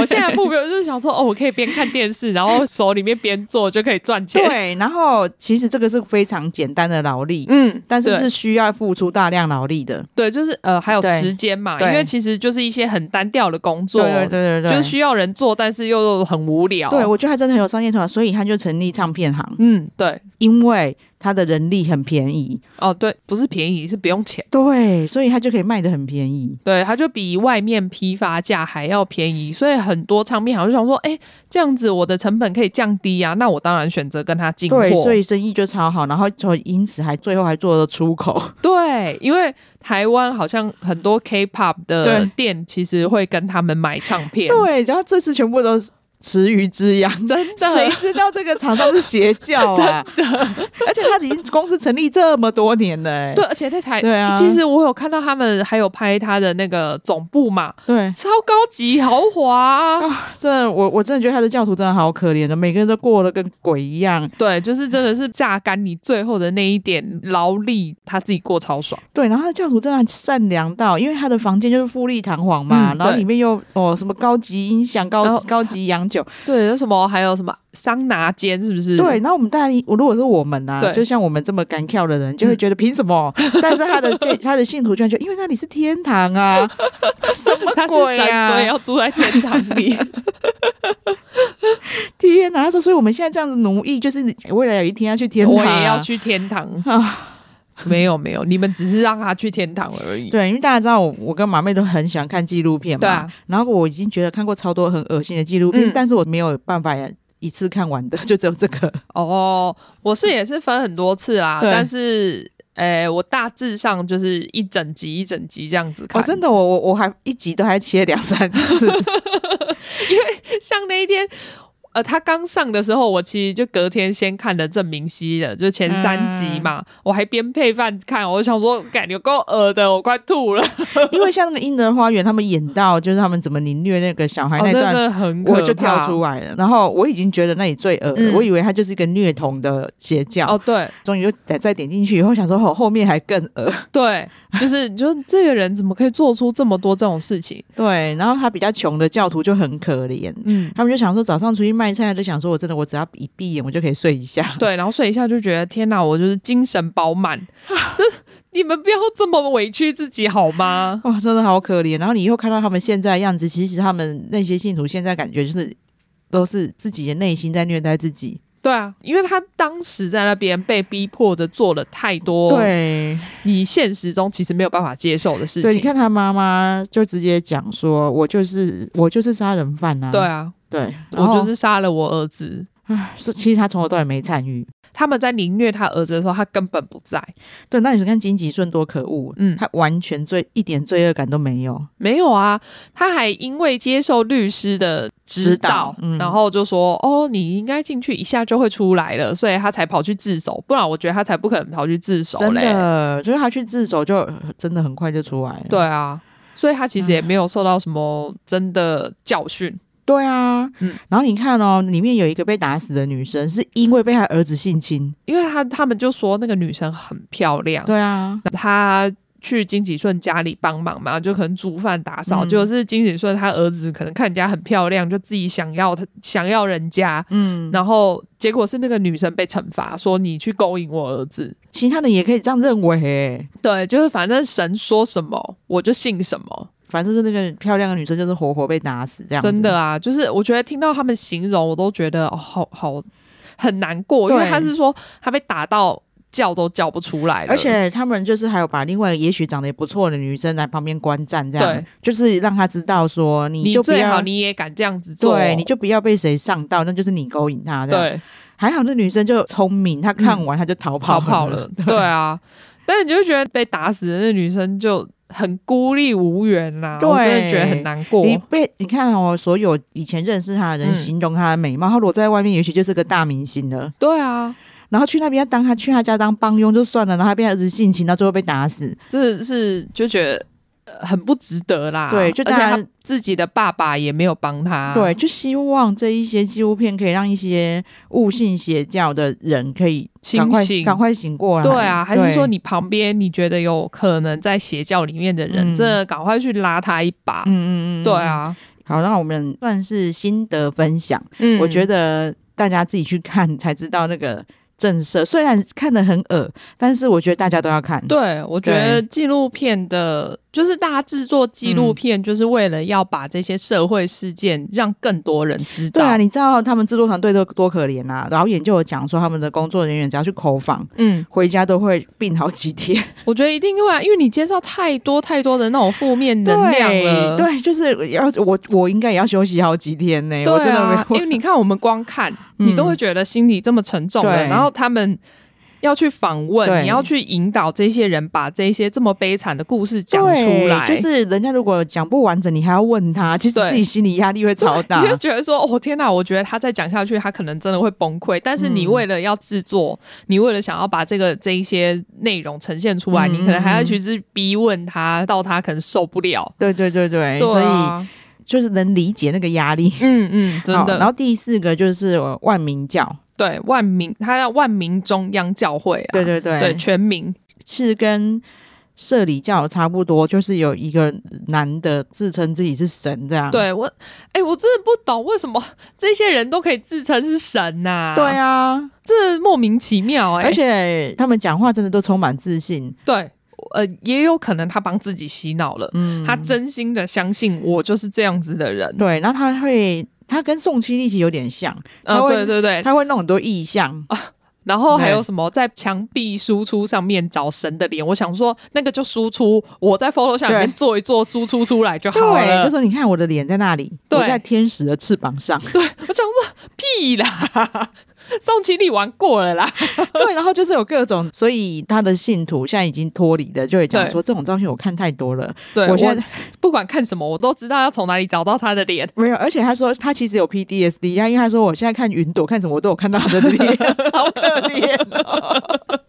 S2: 我现在的目标就是想说，哦，我可以边看电视，然后手里面边做，就可以赚钱。，
S1: 对，然后其实这个是非常简单的劳力，
S2: 嗯，
S1: 但是
S2: 对
S1: 是需要付出大量劳力的。
S2: 对，就是呃，还有
S1: 对
S2: 时间嘛，因
S1: 对
S2: 为其实就是一些很单调的工作，
S1: 对对对对对，
S2: 就是需要人做，但是又很无聊。
S1: 对，我觉得他真的很有商业头脑，所以他就成立唱片行，
S2: 嗯，对，
S1: 因为他的人力很便宜，
S2: 哦，对，不是便宜，是不用钱。
S1: 对，所以他就可以卖的很便宜。
S2: 对，它就比外面批发价还要便宜，所以很多唱片行就想说，哎，这样子我的成本可以降低啊，那我当然选择跟他进货。
S1: 对，所以生意就超好，然后就因此还最后还做了出口。
S2: 对，因为台湾好像很多 K-pop 的
S1: 对
S2: 店其实会跟他们买唱片，
S1: 对，然后这次全部都是池鱼之殃，
S2: 真的
S1: 谁知道这个厂商是邪教 啊？真的，而且他已经公司成立这么多年了、欸，
S2: 对，而且那台，
S1: 对啊
S2: 其实我有看到他们还有拍他的那个总部嘛，
S1: 对。
S2: 超高级豪华啊、
S1: 啊，真的，我我真的觉得他的教徒真的好可怜哦的，每个人都过得跟鬼一样。
S2: 对，就是真的是榨干你最后的那一点劳力，他自己过超爽。
S1: 对，然后他的教徒真的善良到，因为他的房间就是富丽堂皇嘛，
S2: 嗯
S1: 然后
S2: 对
S1: 里面又哦什么高级音响、
S2: 然
S1: 高
S2: 后
S1: 高级洋酒，
S2: 对，那什么还有什么桑拿间是不是？
S1: 对。，然后我们大家，我如果是我们呐、
S2: 嗯对嗯
S1: 就像我们这么干跳的人，就会觉得凭什么？ 但是他的就他的信徒居然就因为那里是天堂 啊，什么
S2: 他是
S1: 鬼
S2: 神，
S1: 啊
S2: 所以要住在天堂里。
S1: 天啊哪！他说，所以我们现在这样子奴役，就是哎未来有一天要去天啊堂、
S2: 我也要。去天堂。
S1: 啊，
S2: 没有没有，你们只是让他去天堂 而已。
S1: 对，因为大家知道我，我跟马妹都很喜欢看纪录片嘛。
S2: 对啊
S1: 然后我已经觉得看过超多很恶心的纪录片，
S2: 嗯
S1: 但是我没有办法一次看完的，就只有这个。
S2: 哦，我是也是分很多次啦，
S1: 对
S2: 但是诶，我大致上就是一整集一整集这样子 看，
S1: 哦，真的，我我我还一集都还切两三次，
S2: 像那一天，呃，他刚上的时候，我其实就隔天先看了郑明熙的，就前三集嘛，
S1: 嗯
S2: 我还边配饭看，我就想说，感觉够恶的，我快吐了。
S1: 因为像那个《婴儿花园》，他们演到就是他们怎么凌虐那个小孩那
S2: 哦
S1: 段，
S2: 真的很可怕
S1: 我就跳出来了。然后我已经觉得那里最恶了，
S2: 嗯
S1: 我以为它就是一个虐童的邪教。
S2: 哦，对
S1: 终于又再再点进去以后，想说哦，后面还更恶。
S2: 对，就是 你就这个人怎么可以做出这么多这种事情？
S1: 对，然后他比较穷的教徒就很可怜，
S2: 嗯，
S1: 他们就想说早上出去卖菜，就想说我真的我只要一闭眼我就可以睡一下。
S2: 对，然后睡一下就觉得天哪，我就是精神饱 满，就是你们不要这么委屈自己好吗？
S1: 哇、真的好可怜。然后你以后看到他们现在的样子，其实他们那些信徒现在感觉就是都是自己的内心在虐待自己。
S2: 对啊，因为他当时在那边被逼迫着做了太多
S1: 对
S2: 你现实中其实没有办法接受的事情。
S1: 对，你，看他妈妈就直接讲说：“我就是我就是杀人犯啊！”
S2: 对啊，
S1: 对，
S2: 我
S1: 然后
S2: 就是杀了我儿子。
S1: 唉是其实他从头到尾没参与。
S2: 他们在凌虐他儿子的时候，他根本不在，
S1: 对，那你看金吉顺多可恶，
S2: 嗯
S1: 他完全罪一点罪恶感都没有。
S2: 没有啊，他还因为接受律师的指
S1: 指
S2: 导，
S1: 导嗯
S2: 然后就说：“哦，你应该进去一下就会出来了。”所以他才跑去自首，不然我觉得他才不可能跑去自首
S1: 真
S2: 嘞。
S1: 的，就是他去自首就呃真的很快就出来了。
S2: 对啊，所以他其实也没有受到什么真的教训。
S1: 对啊，
S2: 嗯
S1: 然后你看哦，里面有一个被打死的女生，是因为被她儿子性侵。
S2: 因为他他们就说那个女生很漂亮，
S1: 对啊，
S2: 他去金喜顺家里帮忙嘛，就可能煮饭打扫，
S1: 嗯
S2: 就是金喜顺他儿子可能看人家很漂亮，就自己想要他想要人家，
S1: 嗯，
S2: 然后结果是那个女生被惩罚，说你去勾引我儿子。
S1: 其他人也可以这样认为欸。
S2: 对，就是反正神说什么我就信什么，
S1: 反正是那个漂亮的女生，就是活活被打死这样子。
S2: 真的啊，就是我觉得听到他们形容，我都觉得哦，好好很难过，因为
S1: 对
S2: 他是说他被打到叫都叫不出来了，
S1: 而且他们就是还有把另外也许长得也不错的女生来旁边观战，这
S2: 对
S1: 样就是让她知道说，你
S2: 你
S1: 就不
S2: 最
S1: 要
S2: 好你也敢这样子做，
S1: 对，你就不要被谁上到，那就是你勾引她。这样，
S2: 对。
S1: 还好那女生就聪明，她看完她就逃 跑
S2: 跑跑了， 对啊。但是你就会觉得被打死的那女生就很孤立无援啦、
S1: 对
S2: 我真的觉得很难过。
S1: 你被你看哦，所有以前认识她的人
S2: 嗯
S1: 形容她的美貌，她裸在外面也许就是个大明星了。
S2: 对啊，
S1: 然后去那边当她去她家当帮佣就算了，然后还被她儿子性侵，到最后被打死。
S2: 真的是就觉得呃很不值得啦。
S1: 对就
S2: 而
S1: 大
S2: 且
S1: 家
S2: 他自己的爸爸也没有帮他。
S1: 对，就希望这一些纪录片可以让一些误信邪教的人可以
S2: 清
S1: 赶快
S2: 醒
S1: 赶快醒过来。
S2: 对啊，还是
S1: 对
S2: 说你旁边你觉得有可能在邪教里面的人，
S1: 嗯
S2: 真的赶快去拉他一把。
S1: 嗯嗯嗯，嗯
S2: 对。啊，
S1: 好，那我们算是心得分享。
S2: 嗯
S1: 我觉
S2: 得
S1: 得大家自己去看才知道那个震慑，虽然看得很恶，但是我觉得大家都要看。
S2: 对，我觉得纪录片的，就是大家制作纪录片，就是为了要把这些社会事件让更多人知道。
S1: 对啊，你知道他们制作团队都多可怜啊！导演就有讲说，他们的工作人员只要去口访，
S2: 嗯，
S1: 回家都会病好几天。
S2: 我觉得一定会、啊，因为你接受太多太多的那种负面能量了。
S1: 对，对，就是要我我应该也要休息好几天呢、哎我
S2: 对
S1: 真的没
S2: 啊，因
S1: 有。
S2: 为你看我们光看，
S1: 嗯
S2: 你都会觉得心里这么沉重了，
S1: 对
S2: 然后他们。要去访问，
S1: 对
S2: 你要去引导这些人把这些这么悲惨的故事讲出
S1: 对
S2: 来，
S1: 就是人家如果讲不完整，你还要问 他，其实
S2: 对
S1: 自己心理压力会超大
S2: 你。就觉得说，哦天哪，我觉得他再讲下去，他可能真的会崩溃。但是你
S1: 嗯
S2: 为了要制作，你为了想要把这个这一些内容呈现出来，
S1: 嗯
S2: 你可能还要
S1: 嗯
S2: 去是逼问他，到他可能受不了。
S1: 对对对对，所以
S2: 啊，
S1: 就是能理解那个压力。
S2: 嗯嗯，真
S1: 好然
S2: 的，
S1: 后第四个就是呃万民教，
S2: 对万民，他叫万民中央教会啊，
S1: 对对对，
S2: 对全民，
S1: 是跟社里教差不多，就是有一个男的自称自己是神这样。
S2: 对我，哎，我真的不懂为什么这些人都可以自称是神呐？
S1: 对，啊，
S2: 这莫名其妙哎，
S1: 而且他们讲话真的都充满自信。
S2: 对，呃，也有可能他帮自己洗脑了。
S1: 嗯，
S2: 他真心的相信我就是这样子的人。
S1: 对，然后他会，他跟宋七力其实有点像，
S2: 呃
S1: 他，会
S2: 对对对，
S1: 他会弄很多意象。
S2: 哦然后还有
S1: 对
S2: 什么在墙壁输出上面找神的脸？我想说那个就输出，我在 Photoshop 里面
S1: 对
S2: 做一做，输出出来就好
S1: 对，
S2: 了。
S1: 就说你看我的脸在那里，
S2: 对
S1: 我在天使的翅膀上。
S2: 我想说屁啦， 宋其礼玩过了啦，
S1: 对，然后就是有各种，所以他的信徒现在已经脱离的，就会讲
S2: 对
S1: 说这种照片我看太多了，
S2: 对
S1: 我
S2: 我
S1: 现
S2: 现
S1: 在
S2: 在不管看什么，我都知道要从哪里找到他的脸。
S1: 没有，而且他说他其实有 PDSD，他因为他说我现在看云朵看什么我都有看到他的 脸，好可怜哦。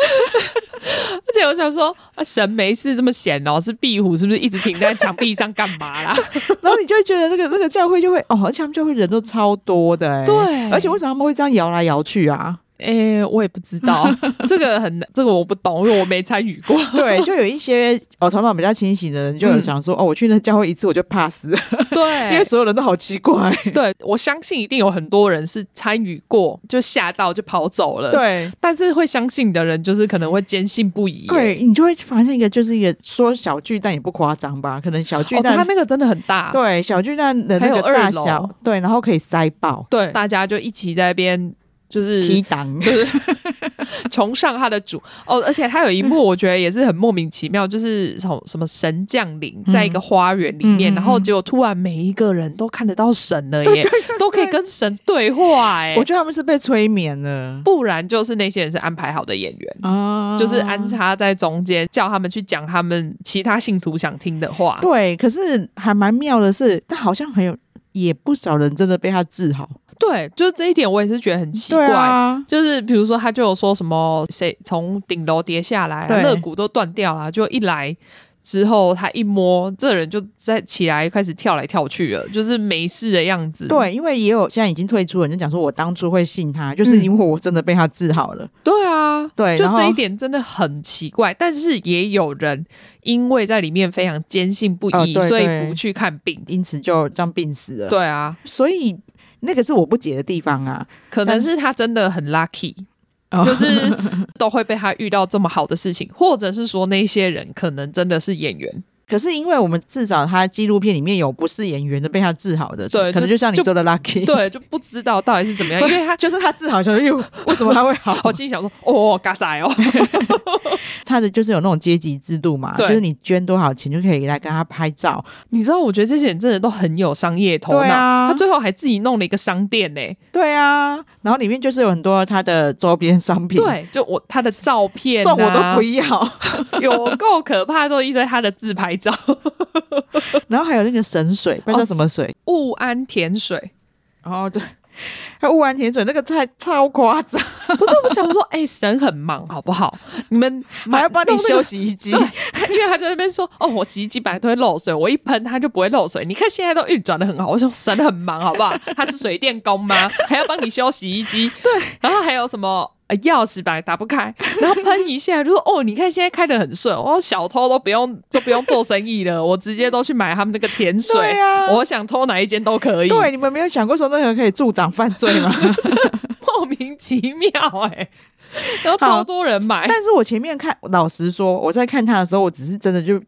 S2: 而且我想说，啊、神没事这么闲哦，是壁虎是不是一直停在墙壁上干嘛啦？
S1: 然后你就会觉得那个那个教会就会哦，而且他们教会人都超多的、欸，
S2: 对
S1: 而且为什么他们会这样摇来摇去啊？
S2: 诶、我也不知道，这个很这个我不懂，因为我没参与 过。
S1: 对，就有一些哦头脑比较清醒的人就有想说、哦，我去那教会一次我就 pass，了因为
S2: 对，
S1: 所有人都好奇怪。
S2: 对，我相信一定有很多人是参与过，就吓到就跑走了。，
S1: 对。
S2: 但是会相信的人，就是可能会坚信不疑。
S1: 对你就会发现一个，就是一个说小巨蛋也不夸张吧，可能小巨
S2: 哦，
S1: 蛋、
S2: 他那个真的很大。
S1: 对小巨蛋的那
S2: 还
S1: 个
S2: 有二
S1: 大
S2: 楼
S1: 小，对，然后可以塞爆，
S2: 对，大家就一起在那边就是
S1: 踢档，
S2: 就是崇尚他的主哦，而且他有一
S1: 嗯
S2: 幕我觉得也是很莫名其妙，就是什么什么神降临在一个花园里
S1: 嗯
S2: 面，
S1: 嗯嗯
S2: 然后结果突然每一个人都看得到神了 耶，都可以跟神对话哎
S1: 我，觉得他们是被催眠了
S2: 不然就是那些人是安排好的演员。
S1: 啊
S2: 就是安。插在中间，叫他们去讲他们其他信徒想听的话。
S1: 对，可是还蛮妙的是，但好像很有也不少人真的被他治好，
S2: 对，就是这一点，我也是觉得很奇
S1: 对
S2: 怪。
S1: 啊，
S2: 就是比如说，他就有说什么谁从顶楼跌下来、
S1: 对
S2: 啊，肋骨都断掉了、啊就一来之后，他一摸，这人就在起来开始跳来跳去了，就是没事的样子。
S1: 对，因为也有现在已经退出了，人就讲说我当初会信他，就是
S2: 嗯
S1: 因为我真的被他治好了，
S2: 对啊，
S1: 对
S2: 就
S1: 然后
S2: 这一点真的很奇怪。但是也有人因为在里面非常坚信不疑，
S1: 哦对
S2: 所
S1: 对
S2: 以不去看病。
S1: 因此就这样病死了。，
S2: 对啊，
S1: 所以那个是我不解的地方啊，
S2: 可能是他真的很 lucky，
S1: 哦
S2: 就是 都会被他遇到这么好的事情，或者是说那些人可能真的是演员，
S1: 可是因为我们至少他纪录片里面有不是演员的被他治好的，
S2: 对
S1: 可能
S2: 就
S1: 就像你
S2: 就
S1: 说的 lucky，，
S2: 对，就不知道到底是怎么样，因为 他
S1: 就是他治好，想说哟，为什么他会 好？
S2: 我心里想说，哦，嘎仔哦，
S1: 他的就是有那种阶级制度嘛，就
S2: 对
S1: 是你捐多少钱就可以来跟他拍照，
S2: 你知道，我觉得这些人真的都很有商业头脑，
S1: 对啊
S2: 他最后还自己弄了一个商店欸呢、
S1: 对啊，然后里面就是有很多他的周边商品，，
S2: 对，就我他的照片、啊，
S1: 送我都不要，
S2: 有够可怕，都一堆他的自拍 照，
S1: 然后还有那个神水，不知道叫什么水，
S2: 雾安甜水。
S1: 哦对，还有雾安甜水那个菜 超夸张，
S2: 不是，我想说，哎、神很忙，好不好？你们
S1: 还要帮你
S2: 休
S1: 修
S2: 息。
S1: 洗衣机，
S2: 对， 因为他就在那边说，哦，我洗衣机本来都会漏水，我一喷它就不会漏水。你看现在都运转的很好，我说神很忙，好不好？他是水电 工吗？还要帮你修洗衣机？对，然后还有什么？呃钥匙本来打不开，然后喷一下就说：“哦，你看现在开的很顺，哦，小偷都不用都不用做生意了，我直接都去买他们那个甜水，
S1: 对啊
S2: 我想偷哪一间都可以。”
S1: 对，，你们没有想过说那个可以助长犯罪 吗？
S2: 莫名其妙哎、然
S1: 好
S2: 后超多人买，
S1: 但是我前面看，老实说，我在看他的时候，我只是真的就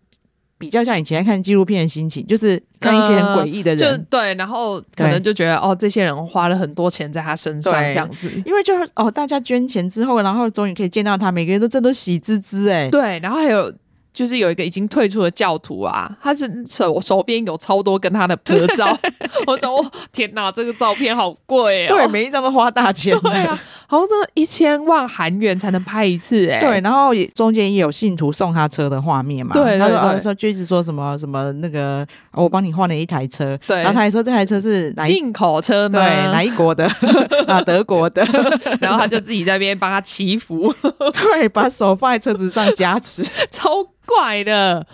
S1: 比较像以前看纪录片的心情，就是看一些很诡异的
S2: 就
S1: 人，
S2: 对，然后可能就觉得哦，这些人花了很多钱在他身上
S1: 对
S2: 这样子。
S1: 因为就是哦，大家捐钱之后，然后终于可以见到他，每个人都真的喜滋滋哎、
S2: 对，然后还有就是有一个已经退出的教徒啊，他是手手边有超多跟他的合照，我想哦天哪，这个照片好贵哦，
S1: 对，每一张都花大钱的。
S2: 对啊，好像这一千万韩元才能拍一次哎、
S1: 对，然后也中间也有信徒送他车的画面嘛，
S2: 对
S1: 他说
S2: 对
S1: 哦
S2: 对
S1: 说就一直说什么什么那个，哦我帮你换了一台车，
S2: 对
S1: 然后他还说这台车是哪一
S2: 进口车
S1: 对
S2: 嘛，
S1: 哪一国的 啊德国的，
S2: 然后他就自己在那边帮他祈福，
S1: 对，把手放在车子上加持，
S2: 超怪的。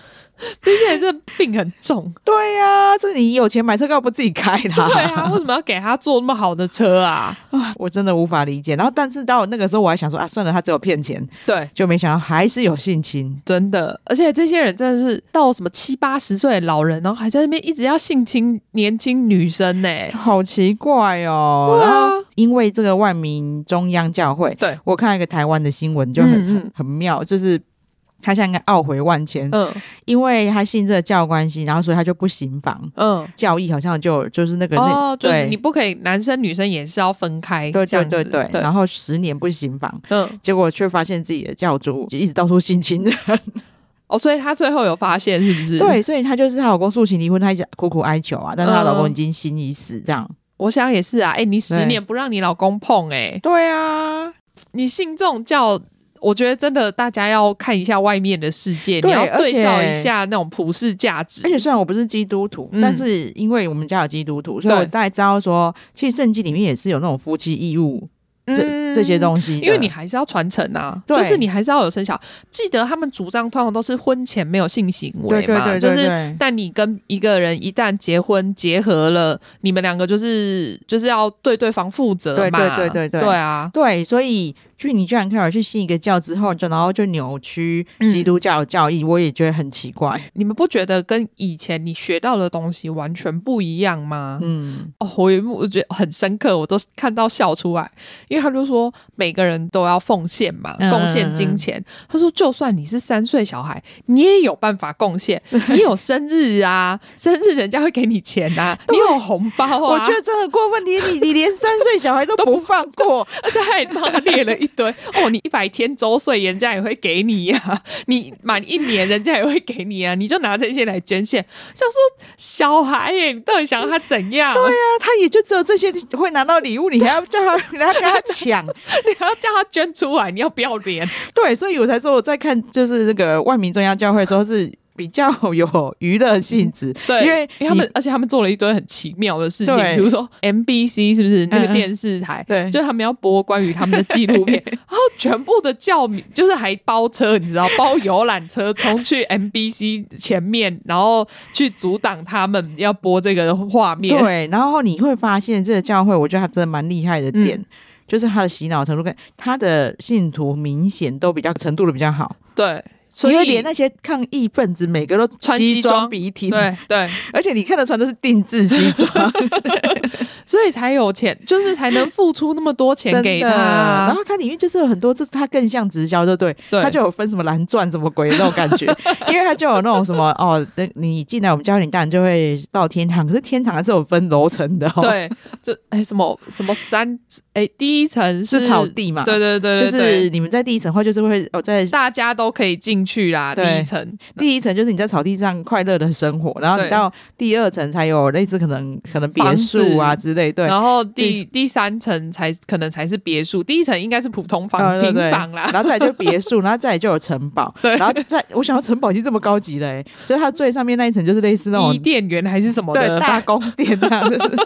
S2: 这些人这病很重，啊
S1: 对呀、这你有钱买车，干嘛不自己开啦？
S2: 对啊，为什么要给他坐那么好的车啊？
S1: 啊， 我真的无法理解。然后，但是到那个时候，我还想说啊，算了，他只有骗钱，
S2: 对，
S1: 就没想到还是有性侵。
S2: 真的，而且这些人真的是到什么七八十岁的老人，然后还在那边一直要性侵年轻女 生呢、
S1: 好奇怪哦！
S2: 对啊
S1: 然后因为这个万民中央教会，
S2: 对
S1: 我看到一个台湾的新闻就很、
S2: 嗯
S1: 很很妙，就是他现在应该懊悔万千，
S2: 嗯
S1: 因为他信这个教关系，然后所以他就不行房
S2: 嗯，
S1: 教义，好像就就是那个那
S2: 哦，就是
S1: 对
S2: 你不可以，男生女生也是要分开，
S1: 对对
S2: 这样子
S1: 对对，
S2: 对
S1: 然，后十年不行房，
S2: 嗯，
S1: 结果却发现自己的教主就一直到处性侵 人。
S2: 哦，所以他最后有发现是不是？
S1: 对，所以她就是她老公诉请离婚，她一直苦苦哀求啊，但是她老公
S2: 嗯
S1: 已经心已死，这样。
S2: 我想也是啊，哎、你十
S1: 对
S2: 年不让你老公碰、哎，
S1: 对啊，
S2: 你信这种教，我觉得真的大家要看一下外面的世界，你
S1: 对
S2: 要
S1: 而
S2: 对照
S1: 且
S2: 一下那种普世价值
S1: 而。且虽然我不是基督徒，
S2: 嗯
S1: 但是因为我们家有基督徒，所以
S2: 对
S1: 我大概知道说，其实圣经里面也是有那种夫妻义务这、这些
S2: 西。
S1: 东西的，
S2: 嗯因为你还是要传承啊，
S1: 对
S2: 就是你还是要有生小。记得他们主张通常都是婚前没有性行为
S1: 对
S2: 嘛，
S1: 对对对
S2: 就是
S1: 对
S2: 但你跟一个人一旦结婚结合了，你们两个就是就是要对对方负责
S1: 对
S2: 嘛，
S1: 对对对对
S2: 对啊，
S1: 对，所以去你居然开始去信一个教之后，就然后就扭曲
S2: 嗯
S1: 基督教的教义，我也觉得很奇怪。
S2: 你们不觉得跟以前你学到的东西完全不一样吗？
S1: 嗯，
S2: 哦，我一幕我觉得很深刻，我都看到笑出来，因为他就说每个人都要奉献嘛，
S1: 嗯
S2: 贡献金钱。他说，就算你是三岁小孩，你也有办法 贡献，你有生日啊，生日人家会给你钱啊，你有红包啊。
S1: 我觉 得真的过分，你你你连三岁小孩都不放过，
S2: 而且他还帮他列了一堆哦，你一百天周岁，人家也会给你呀、你满一年，人家也会给你啊，你就拿这些来捐献。想说小孩耶，你到底想要他怎样？对呀、
S1: 那他也就只有这些会拿到礼物，你还要叫他，你还要跟他抢。
S2: 你还要叫他捐出来，你要不要脸？
S1: 对，所以我才说我在看就是那个万民中央教会的时候是比较有娱乐性质，
S2: 嗯对，
S1: 因为
S2: 他们
S1: 你，
S2: 而且他们做了一堆很奇妙的事情，
S1: 对
S2: 比如说 MBC 是不是那个
S1: 嗯嗯
S2: 电视台？
S1: 对
S2: 就是他们要播关于他们的纪录片， 然后全部的教民就是还包车，你知道，包游览车冲去 MBC 前面，然后去阻挡他们要播这个画面。
S1: 对，然后你会发现这个教会，我觉得还真的蛮厉害的点。
S2: 嗯
S1: 就是他的洗脑程度跟他的信徒明显都比较程度的比较好，
S2: 对，所以
S1: 因为连那些抗议分子每个都
S2: 穿西
S1: 西
S2: 装
S1: 装笔挺，
S2: 对对，
S1: 而且你看得穿都是定制西装，
S2: 所以才有钱，就是才能付出那么多钱
S1: 真
S2: 给
S1: 的。
S2: 他啊。
S1: 然后它里面就是有很多，这是它更像直销，对不对？
S2: 对
S1: 它就有分什么蓝钻什么鬼的那种感 觉，因为它就有那种什么哦，那你进来我们教会你当然就会到天堂，可是天堂还是有分楼层的、哦，，
S2: 对，就哎、什么什么三哎、第一层
S1: 是草地嘛，
S2: 对对对对，
S1: 就是你们在第一层的话，就是会哦，在
S2: 大家都可以进去啦，第
S1: 对
S2: 一层。
S1: 第一层就是你在草地上快乐的生活，然后
S2: 对
S1: 你到第二层才有类似可能可能别
S2: 房
S1: 墅啊
S2: 子
S1: 之类，对。
S2: 然后第第三层才可能才是别墅，第一层应该是普通房、
S1: 呃对对
S2: 平房啦。
S1: 然后再来就别墅，然后再来就有城 堡，然后再我想要城堡已经这么高级了、欸，所以它最上面那一层就是类似那种
S2: 伊甸园还是什么
S1: 对
S2: 的，
S1: 大宫 殿那样，就是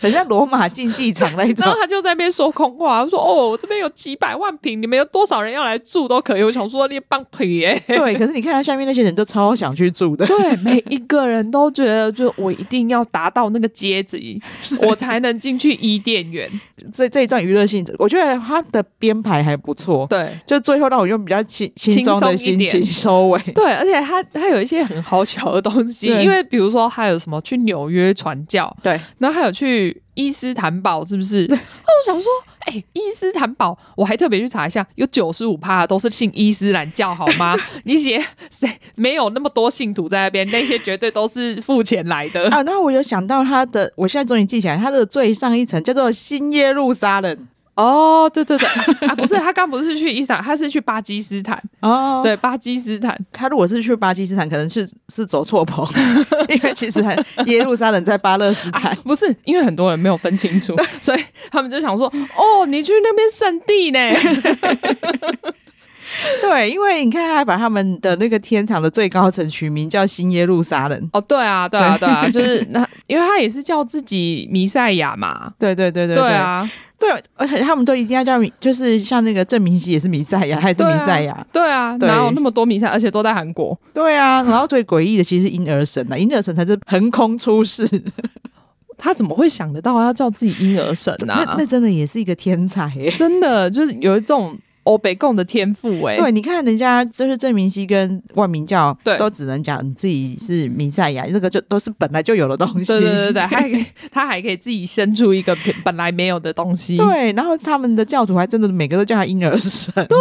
S1: 很像罗马竞技场那一种
S2: 然后。他就在那边说空话，他说：“哦，我这边有几百万平，你们有多少人要来住都可以。”我想说，你棒皮耶！
S1: 对，可是你看它下面那些人都超想去住的，
S2: 对，每一个人都觉得，就我一定要达到那个阶级， 我才能进去伊甸园。
S1: 这这一段娱乐性质，我觉得它的编排还不错，
S2: 对
S1: 就最后让我用比较轻轻松的心
S2: 轻松一
S1: 情
S2: 点
S1: 收尾。
S2: 对，而且他他有一些很好笑的东西，
S1: 对
S2: 因为比如说他有什么去纽约传教，
S1: 对，
S2: 然后还有去伊斯坦堡，是不是？对。那我想说，哎、伊斯坦堡，我还特别去查一下，有九十五趴都是信伊斯兰教，好 吗？你写谁没有那么多信徒在那边？那些绝对都是付钱来的。
S1: 啊，然后我有想到他的，我现在终于记起来，他的最上一层叫做新耶路撒冷
S2: 哦，对对对，啊，不是，他刚不是去伊斯坦，他是去巴基斯坦，
S1: 哦对，
S2: 对，巴基斯坦。
S1: 他如果是去巴基斯坦，可能是是走错棚， 因为其实还耶路撒冷在巴勒斯坦。
S2: 不是，因为很多人没有分清楚， 所以他们就想说，哦，你去那边圣地 呢？
S1: 对，因为你看，他还把他们的那个天堂的最高层取名叫新耶路撒冷。
S2: 哦，对啊，对啊，对啊，就是那，因为他也是叫自己弥赛亚嘛，
S1: 对对对对
S2: 对，啊，
S1: 对，而且他们都一定要叫，就是像那个郑明熙也是弥赛亚，他也是
S2: 对
S1: 弥
S2: 啊
S1: 赛亚。
S2: 对啊，
S1: 对
S2: 哪有那么多弥赛，而且都在韩国？
S1: 对啊，然后最诡异的其实是婴儿神啊，婴儿神才是横空出 世，
S2: 他怎么会想得到要叫自己婴儿神呢、
S1: 那那真的也是一个天才耶、
S2: 真的就是有一种欧北共的天赋哎、
S1: 对，你看人家就是郑明熙跟万明教，
S2: 对
S1: 都只能讲你自己是弥赛亚，这个就都是本来就有的东西。
S2: 对对对对，还可以 他还可以自己生出一个本来没有的东西。
S1: 对然后他们的教徒还真的每个都叫他婴儿神。对，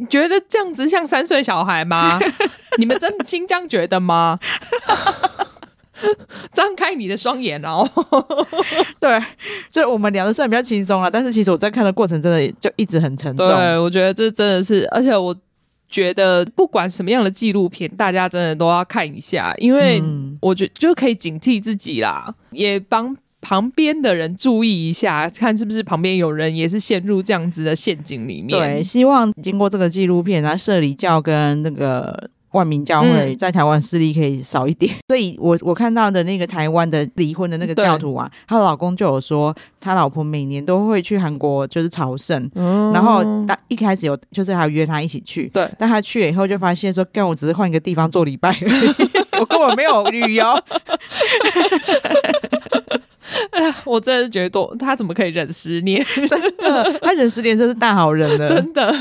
S2: 你觉得这样子像三岁小孩 吗？你们真心这样觉得 吗？张开你的双眼哦！
S1: 对，所以我们聊的虽然比较轻松了，啊但是其实我在看的过程真的就一直很沉重。
S2: 对，我觉得这真的是，而且我觉得不管什么样的纪录片，大家真的都要看一下，因为
S1: 嗯
S2: 我觉就可以警惕自己啦，也帮。旁边的人注意一下，看是不是旁边有人也是陷入这样子的陷阱里面。
S1: 对，，希望经过这个纪录片，然后社里教跟那个万民教会
S2: 嗯
S1: 在台湾势力可以少一点。 所以我我看到的那个台湾的离婚的那个教徒
S2: 嗯
S1: 啊，她老公就有说，他老婆每年都会去韩国就是朝圣，
S2: 嗯
S1: 然后他一开始有就是还有约他一起去，
S2: 对
S1: 但他去了以后就发现说，干我只是换一个地方做礼拜而已， 我根本没有旅游。
S2: 我真的是觉得多，他怎么可以忍十年？
S1: 真的，他忍十年真是大好人了。
S2: 真的，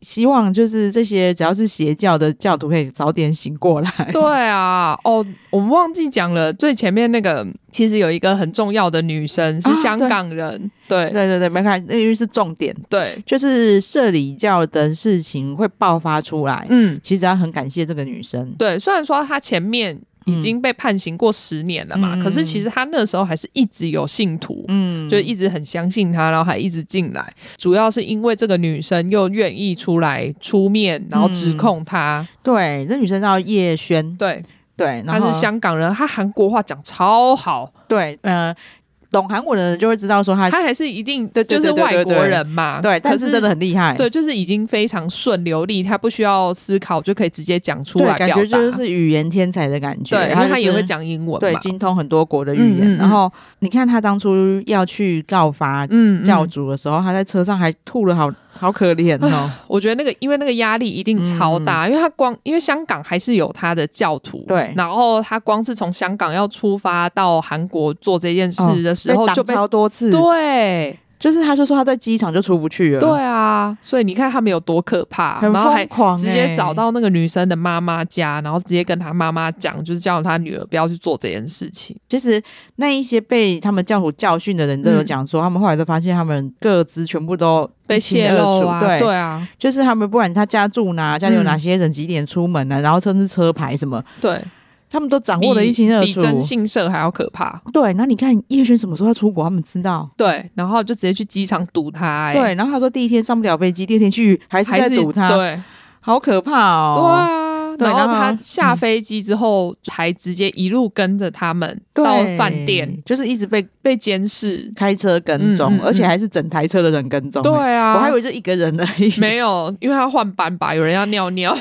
S1: 希望就是这些只要是邪教的教徒可以早点醒过来。
S2: 对啊，哦，我们忘记讲了，最前面那个其实有一个很重要的女生
S1: 啊
S2: 是香
S1: 对
S2: 港人，对
S1: 对对对，没看，那因为是重点，
S2: 对，
S1: 就是社里教的事情会爆发出来。
S2: 嗯，
S1: 其实要很感谢这个女生，
S2: 对，虽然说他前面已经被判刑过十年了嘛，
S1: 嗯
S2: 可是其实他那时候还是一直有信徒。
S1: 嗯，
S2: 就一直很相信他，然后还一直进来，主要是因为这个女生又愿意出来出面，然后指控他。
S1: 对，这女生叫叶轩，
S2: 对，
S1: 对，嗯然
S2: 她
S1: 后
S2: 是香港人，她韩国话讲超好，
S1: 对，呃，懂韩文的人就会知道说她
S2: 她还是一定
S1: 对对
S2: 就
S1: 对
S2: 是
S1: 对
S2: 外
S1: 对对
S2: 国人嘛。
S1: 对，但
S2: 可
S1: 是真的很厉害，
S2: 对，就是已经非常顺流利，他不需要思考就可以直接讲出
S1: 对，
S2: 来
S1: 感
S2: 表
S1: 觉
S2: 达。
S1: 就是语言天才的感觉，
S2: 对，因
S1: 她
S2: 为
S1: 就
S2: 他也
S1: 是
S2: 会讲英文嘛。
S1: 对，精通很多国的语
S2: 嗯
S1: 言。
S2: 嗯嗯
S1: 然后你看他当初要去告发
S2: 嗯，嗯
S1: 教主的时候，他在车上还吐了好，好可怜 哦。
S2: 我觉得那个因为那个压力一定超大，因为他光因为香港还是有他的教徒，
S1: 嗯对
S2: 然后他光是从香港要出发到韩国做这件事的时候
S1: 哦被
S2: 就
S1: 挡
S2: 被。
S1: 超多次，
S2: 对
S1: 就是他就说他在机场就出不去了，
S2: 对，啊，所以你看他们有多可怕，
S1: 很
S2: 然后还
S1: 疯狂、欸
S2: 直接找。到那个女生的妈妈家，然后直接跟她妈妈讲，就是叫她女儿不要去做这件事情。
S1: 其实那一些被他们教徒教训的人都有
S2: 嗯
S1: 讲说，他们后来都发现他们各自全部都
S2: 被
S1: 一清
S2: 泄
S1: 二
S2: 露
S1: 楚
S2: 啊，
S1: 对，
S2: 啊，
S1: 就是他们不管他家住哪，家里有哪些人，几点出门啊，然后甚至车牌什么，
S2: 对，
S1: 他们都掌握的一清二
S2: 比比
S1: 楚。
S2: 征信社还要可怕。
S1: 对，那你看叶轩什么时候要出国，他们知道。
S2: 对，然后就直接去机场堵他、欸，，
S1: 对，然后他说第一天上不了飞机，第二天去还是
S2: 还
S1: 在
S2: 是
S1: 堵他，
S2: 对，
S1: 好可怕
S2: 对
S1: 哦！
S2: 啊，
S1: 对
S2: 然后
S1: 然后
S2: 他下
S1: 嗯
S2: 飞机之后，还直接一路跟着他们到饭店，
S1: 就是一直被
S2: 被监视。
S1: 开车跟踪，
S2: 嗯嗯嗯
S1: 而且还是整台车的人跟踪、
S2: 对
S1: 欸
S2: 啊，
S1: 我还以为就一个人而已。
S2: 没有，因为他换班吧，有人要尿尿，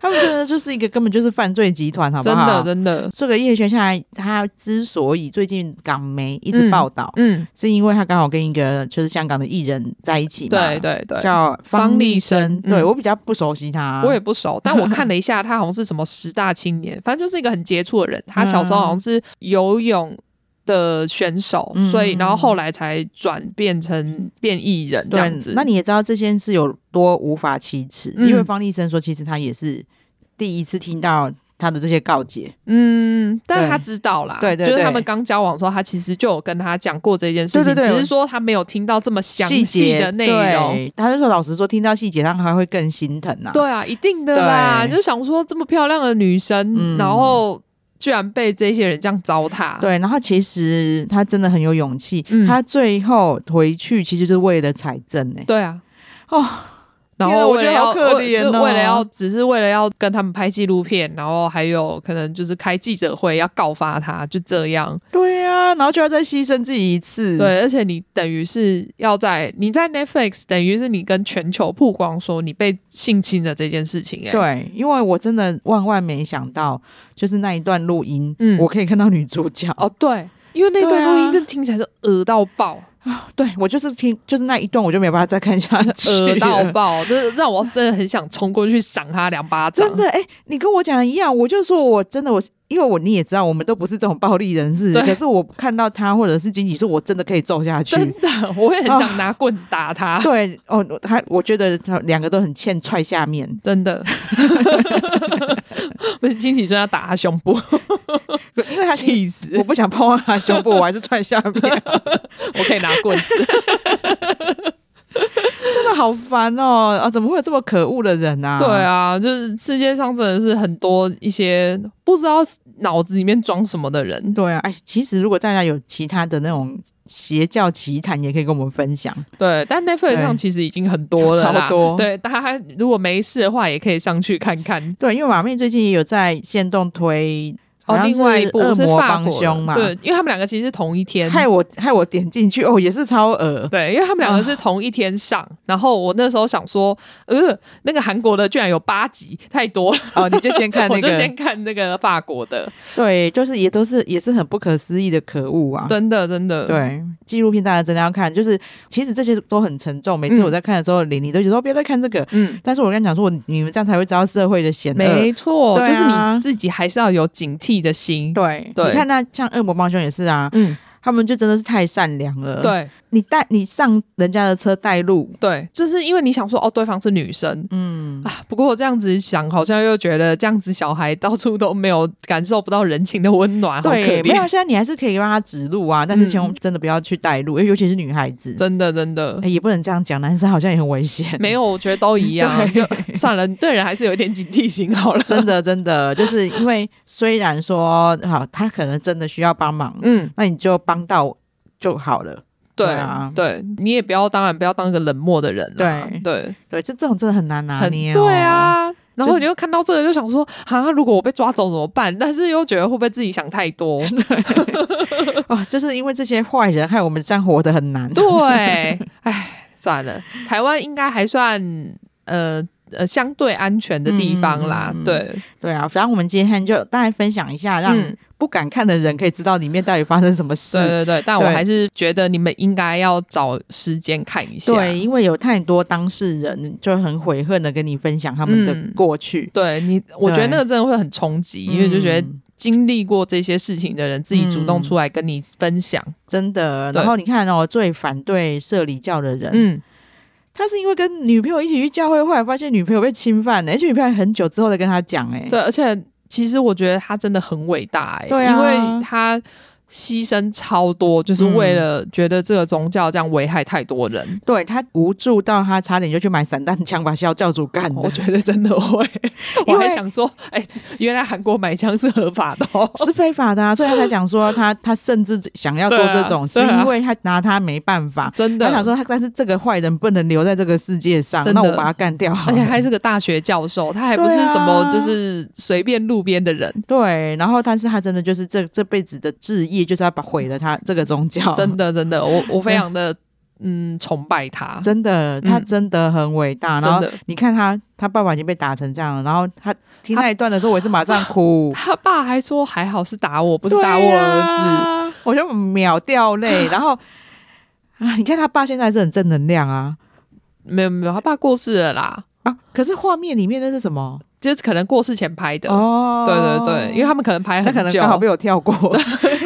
S1: 他们真的就是一个根本就是犯罪集团，好不
S2: 真
S1: 好？
S2: 的真的，
S1: 这个叶璇下来，他之所以最近港媒一直
S2: 嗯
S1: 报道，
S2: 嗯，
S1: 是因为他刚好跟一个就是香港的艺人在一起嘛，
S2: 对对对。
S1: 叫
S2: 方力
S1: 力
S2: 申
S1: 对
S2: 嗯
S1: 我比较不熟悉他，啊
S2: 我也不熟，但我看了 一下，他好像是什么十大青年，反正就是一个很杰出的人。他
S1: 嗯
S2: 小时候好像是游泳的选手，
S1: 嗯
S2: 所以然后后来才转变成变艺人这
S1: 对
S2: 样子。
S1: 那你也知道这件事有多无法启齿，
S2: 嗯
S1: 因为方力申说，其实他也是第一次听到他的这些告解。
S2: 嗯，但
S1: 对
S2: 他知道啦，
S1: 对对
S2: 就是他
S1: 对
S2: 们刚交往的时候，他其实就有跟他讲过这件事情，
S1: 对对对
S2: 只是说他没有听到这么详细
S1: 节
S2: 的内容。
S1: 对他就说老实说，听到细节，他还会更心疼呐、啊。
S2: 对啊，一定的啦，
S1: 对
S2: 就想说这么漂亮的女生，
S1: 嗯
S2: 然后居然被这些人这样糟蹋。
S1: 对，然后其实他真的很有勇气，
S2: 啊嗯
S1: 他最后回去其实就是为了财政哎、
S2: 对啊，
S1: 哦，
S2: 然
S1: 天啊
S2: 后
S1: 我
S2: 为
S1: 觉得
S2: 了要
S1: 好可
S2: 为就
S1: 怜哦
S2: 为了要只是为了要跟他们拍纪录片，然后还有可能就是开记者会要告发他，就这样。
S1: 对啊，然后就要再牺牲自己一次。
S2: 对，而且你等于是要在你在 Netflix，等于是你跟全球曝光说你被性侵的这件事情、欸，，
S1: 对，因为我真的万万没想到，就是那一段录音，
S2: 嗯
S1: 我可以看到女主角。
S2: 哦对，因为那段
S1: 对啊
S2: 录音真的听起来是恶到 爆，
S1: 对我就是听，就是那一段，我就没有办法再看 下去了，
S2: 恶到爆，就是让我真的很想冲过去赏他两巴掌
S1: 真。的，哎、你跟我讲的一样，我就说我真的我，因为我你也知道，我们都不是这种暴力人士，
S2: 对
S1: 可是我看到他或者是经济说，我真的可以揍下去。
S2: 真的，我也很想拿棍子打他。
S1: 啊对哦，他我觉得他两个都很欠踹下 面，
S2: 真的，不是金体说要打他胸部，
S1: 因为他其实
S2: 气死！
S1: 我不想碰到他胸部，我还是踹下 面，
S2: 我可以拿棍子。
S1: 真的好烦哦！啊，怎么会有这么可恶的人 啊？
S2: 对，啊，就是世界上真的是很多一些不知道脑子里面装什么的人。
S1: 对啊，哎，其实如果大家有其他的那种邪教奇谈，也可以跟我们分享。
S2: 对，但 Netflix
S1: 对
S2: 上其实已经很多了啦
S1: 超多
S2: 对，大家如果没事的话，也可以上去看看。
S1: 对，因为马妹最近也有在线动推好
S2: 哦，
S1: 像
S2: 另外一部
S1: 恶
S2: 是
S1: 魔
S2: 法
S1: 帮
S2: 国
S1: 凶
S2: 的，
S1: 嘛，
S2: 对，因为他们两个其实是同一天，
S1: 害我害我点进去哦，也是超恶，
S2: 对，因为他们两个是同一天上， 然后我那时候想说，呃，那个韩国的居然有八集，太多了，
S1: 哦，你就先看那
S2: 我就先
S1: 个，
S2: 看那个法国的，
S1: 对，就是也都是也是很不可思议的可恶啊。
S2: 真的真的，，
S1: 对，纪录片大家真的要看，就是其实这些都很沉重。每次
S2: 嗯
S1: 我在看的时候，玲玲、都觉得哦别再看这个，
S2: 嗯。
S1: 但是我跟你讲说，我你们这样才会知道社会的险恶。
S2: 没错，
S1: 对啊
S2: 就是你自己还是要有警惕的心。
S1: 对，
S2: 对啊
S1: 你看那像恶魔帮凶也是啊，
S2: 嗯，
S1: 他们就真的是太善良了。，
S2: 对
S1: 你带你上人家的车带路，
S2: 对，就是因为你想说哦，对方是女生
S1: 嗯，
S2: 啊，不过我这样子想，好像又觉得这样子小孩到处都没有感受不到人情的温暖，好可
S1: 对，没有，
S2: 怜，
S1: 现在你还是可以让他指路啊，但是
S2: 嗯
S1: 千万真的不要去带路，因为尤其是女孩子，
S2: 真的真的
S1: 哎。也不能这样讲，男生好像也很危险。
S2: 没有，我觉得都一样，就
S1: 对
S2: 算了，你对人还是有一点警惕 心好了。
S1: 真的，真的，就是因为虽然说好，他可能真的需要帮忙，
S2: 嗯，
S1: 那你就帮到就好了。
S2: 对
S1: 对啊
S2: 对，你也不要，当然不要当个冷漠的人啦。
S1: 对
S2: 对
S1: 对，这这种真的很难拿
S2: 很
S1: 捏、哦。
S2: 对，啊。然后
S1: 就是
S2: 你又看到这个，就想说啊，如果我被抓走怎么办？但是又觉得会不会自己想太多？
S1: 哦，就是因为这些坏人害我们这样活得很 难。
S2: 对，哎，算了，台湾应该还算呃呃相对安全的地方啦。
S1: 嗯嗯嗯
S2: 对，
S1: 对啊，反正我们今天就大概分享一下，让
S2: 嗯
S1: 不敢看的人可以知道里面到底发生什么事。
S2: 对对对，但我
S1: 对
S2: 还是觉得你们应该要找时间看一下。
S1: 对，因为有太多当事人就很悔恨的跟你分享他们
S2: 嗯
S1: 的过去，
S2: 对你，我觉得
S1: 对
S2: 那个真的会很冲击，因为就觉得
S1: 嗯
S2: 经历过这些事情的人，自己主动出来跟你分享，
S1: 真的。
S2: 对
S1: 然后你看哦，最反对社里教的人，
S2: 嗯，
S1: 他是因为跟女朋友一起去教会，后来发现女朋友被侵犯了，而且女朋友还很久之后再跟他讲、欸，
S2: 对，而且其实我觉得他真的很伟大、欸，
S1: 对啊
S2: 因为他牺牲超多，就是
S1: 嗯
S2: 为了觉得这个宗教这样危害太多人，
S1: 对他无助到他差点就去买散弹枪把肖教主干了。
S2: 哦我觉得真的 会，
S1: 因
S2: 我
S1: 为
S2: 还想说，哎、原来韩国买枪是合法的、 哦，
S1: 是非法的啊，所以他才讲说他他甚至想要做这种，
S2: 对啊对啊
S1: 是因为他拿他没办法。
S2: 真
S1: 他想
S2: 的。
S1: 说他，但是这个坏人不能留在这个世界上，
S2: 真的
S1: 那我把他干掉好
S2: 而
S1: 了。
S2: 且还是个大学教授，他还不是
S1: 对啊
S2: 什么就是随便路边的人，
S1: 对，然后但是他真的就是这这辈子的志业，就是要把毁了他这个宗教。
S2: 真的真的，我我非常的嗯崇拜他，
S1: 真的，他真的很伟大。然
S2: 嗯真
S1: 后
S2: 的。。
S1: 你看他，他爸爸已经被打成这样了，然后他听那一段的时候，我也是马上哭
S2: 他爸还说还好是打我，不
S1: 不
S2: 是打我儿子。
S1: 我就秒掉 泪。然后啊，你看他爸现在还是很正能量啊
S2: 没有没有，他爸过世了啦，
S1: 啊！可是画面里面那是什么？
S2: 就是可能过世前拍的。
S1: 哦
S2: 对对对，因为他们可能拍
S1: 那
S2: 很
S1: 可能
S2: 久。
S1: 刚好被我跳过，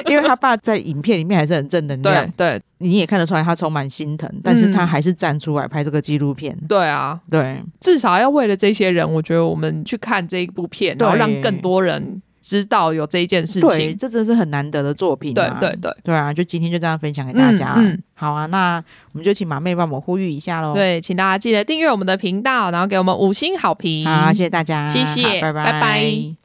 S1: 因为他爸在影片里面还是很正能量
S2: 对，对
S1: 你也看得出来他充满心疼，但是他
S2: 嗯
S1: 还是站出来拍这个纪录片。
S2: 对啊，
S1: 对，
S2: 至少要为了这些人，我觉得我们去看这一部片，
S1: 对
S2: 然后让更多人知道有这一件事
S1: 对，
S2: 情。
S1: 这真的是很难得的作品、
S2: 对
S1: 啊。
S2: 对对
S1: 对啊，就今天就这样分享给大家。
S2: 嗯嗯
S1: 好啊，那我们就请马妹帮我们呼吁一下喽。，
S2: 对，请大家记得订阅我们的频道，然后给我们五星好评。
S1: 好，谢谢大家，
S2: 谢谢
S1: 好拜
S2: 拜拜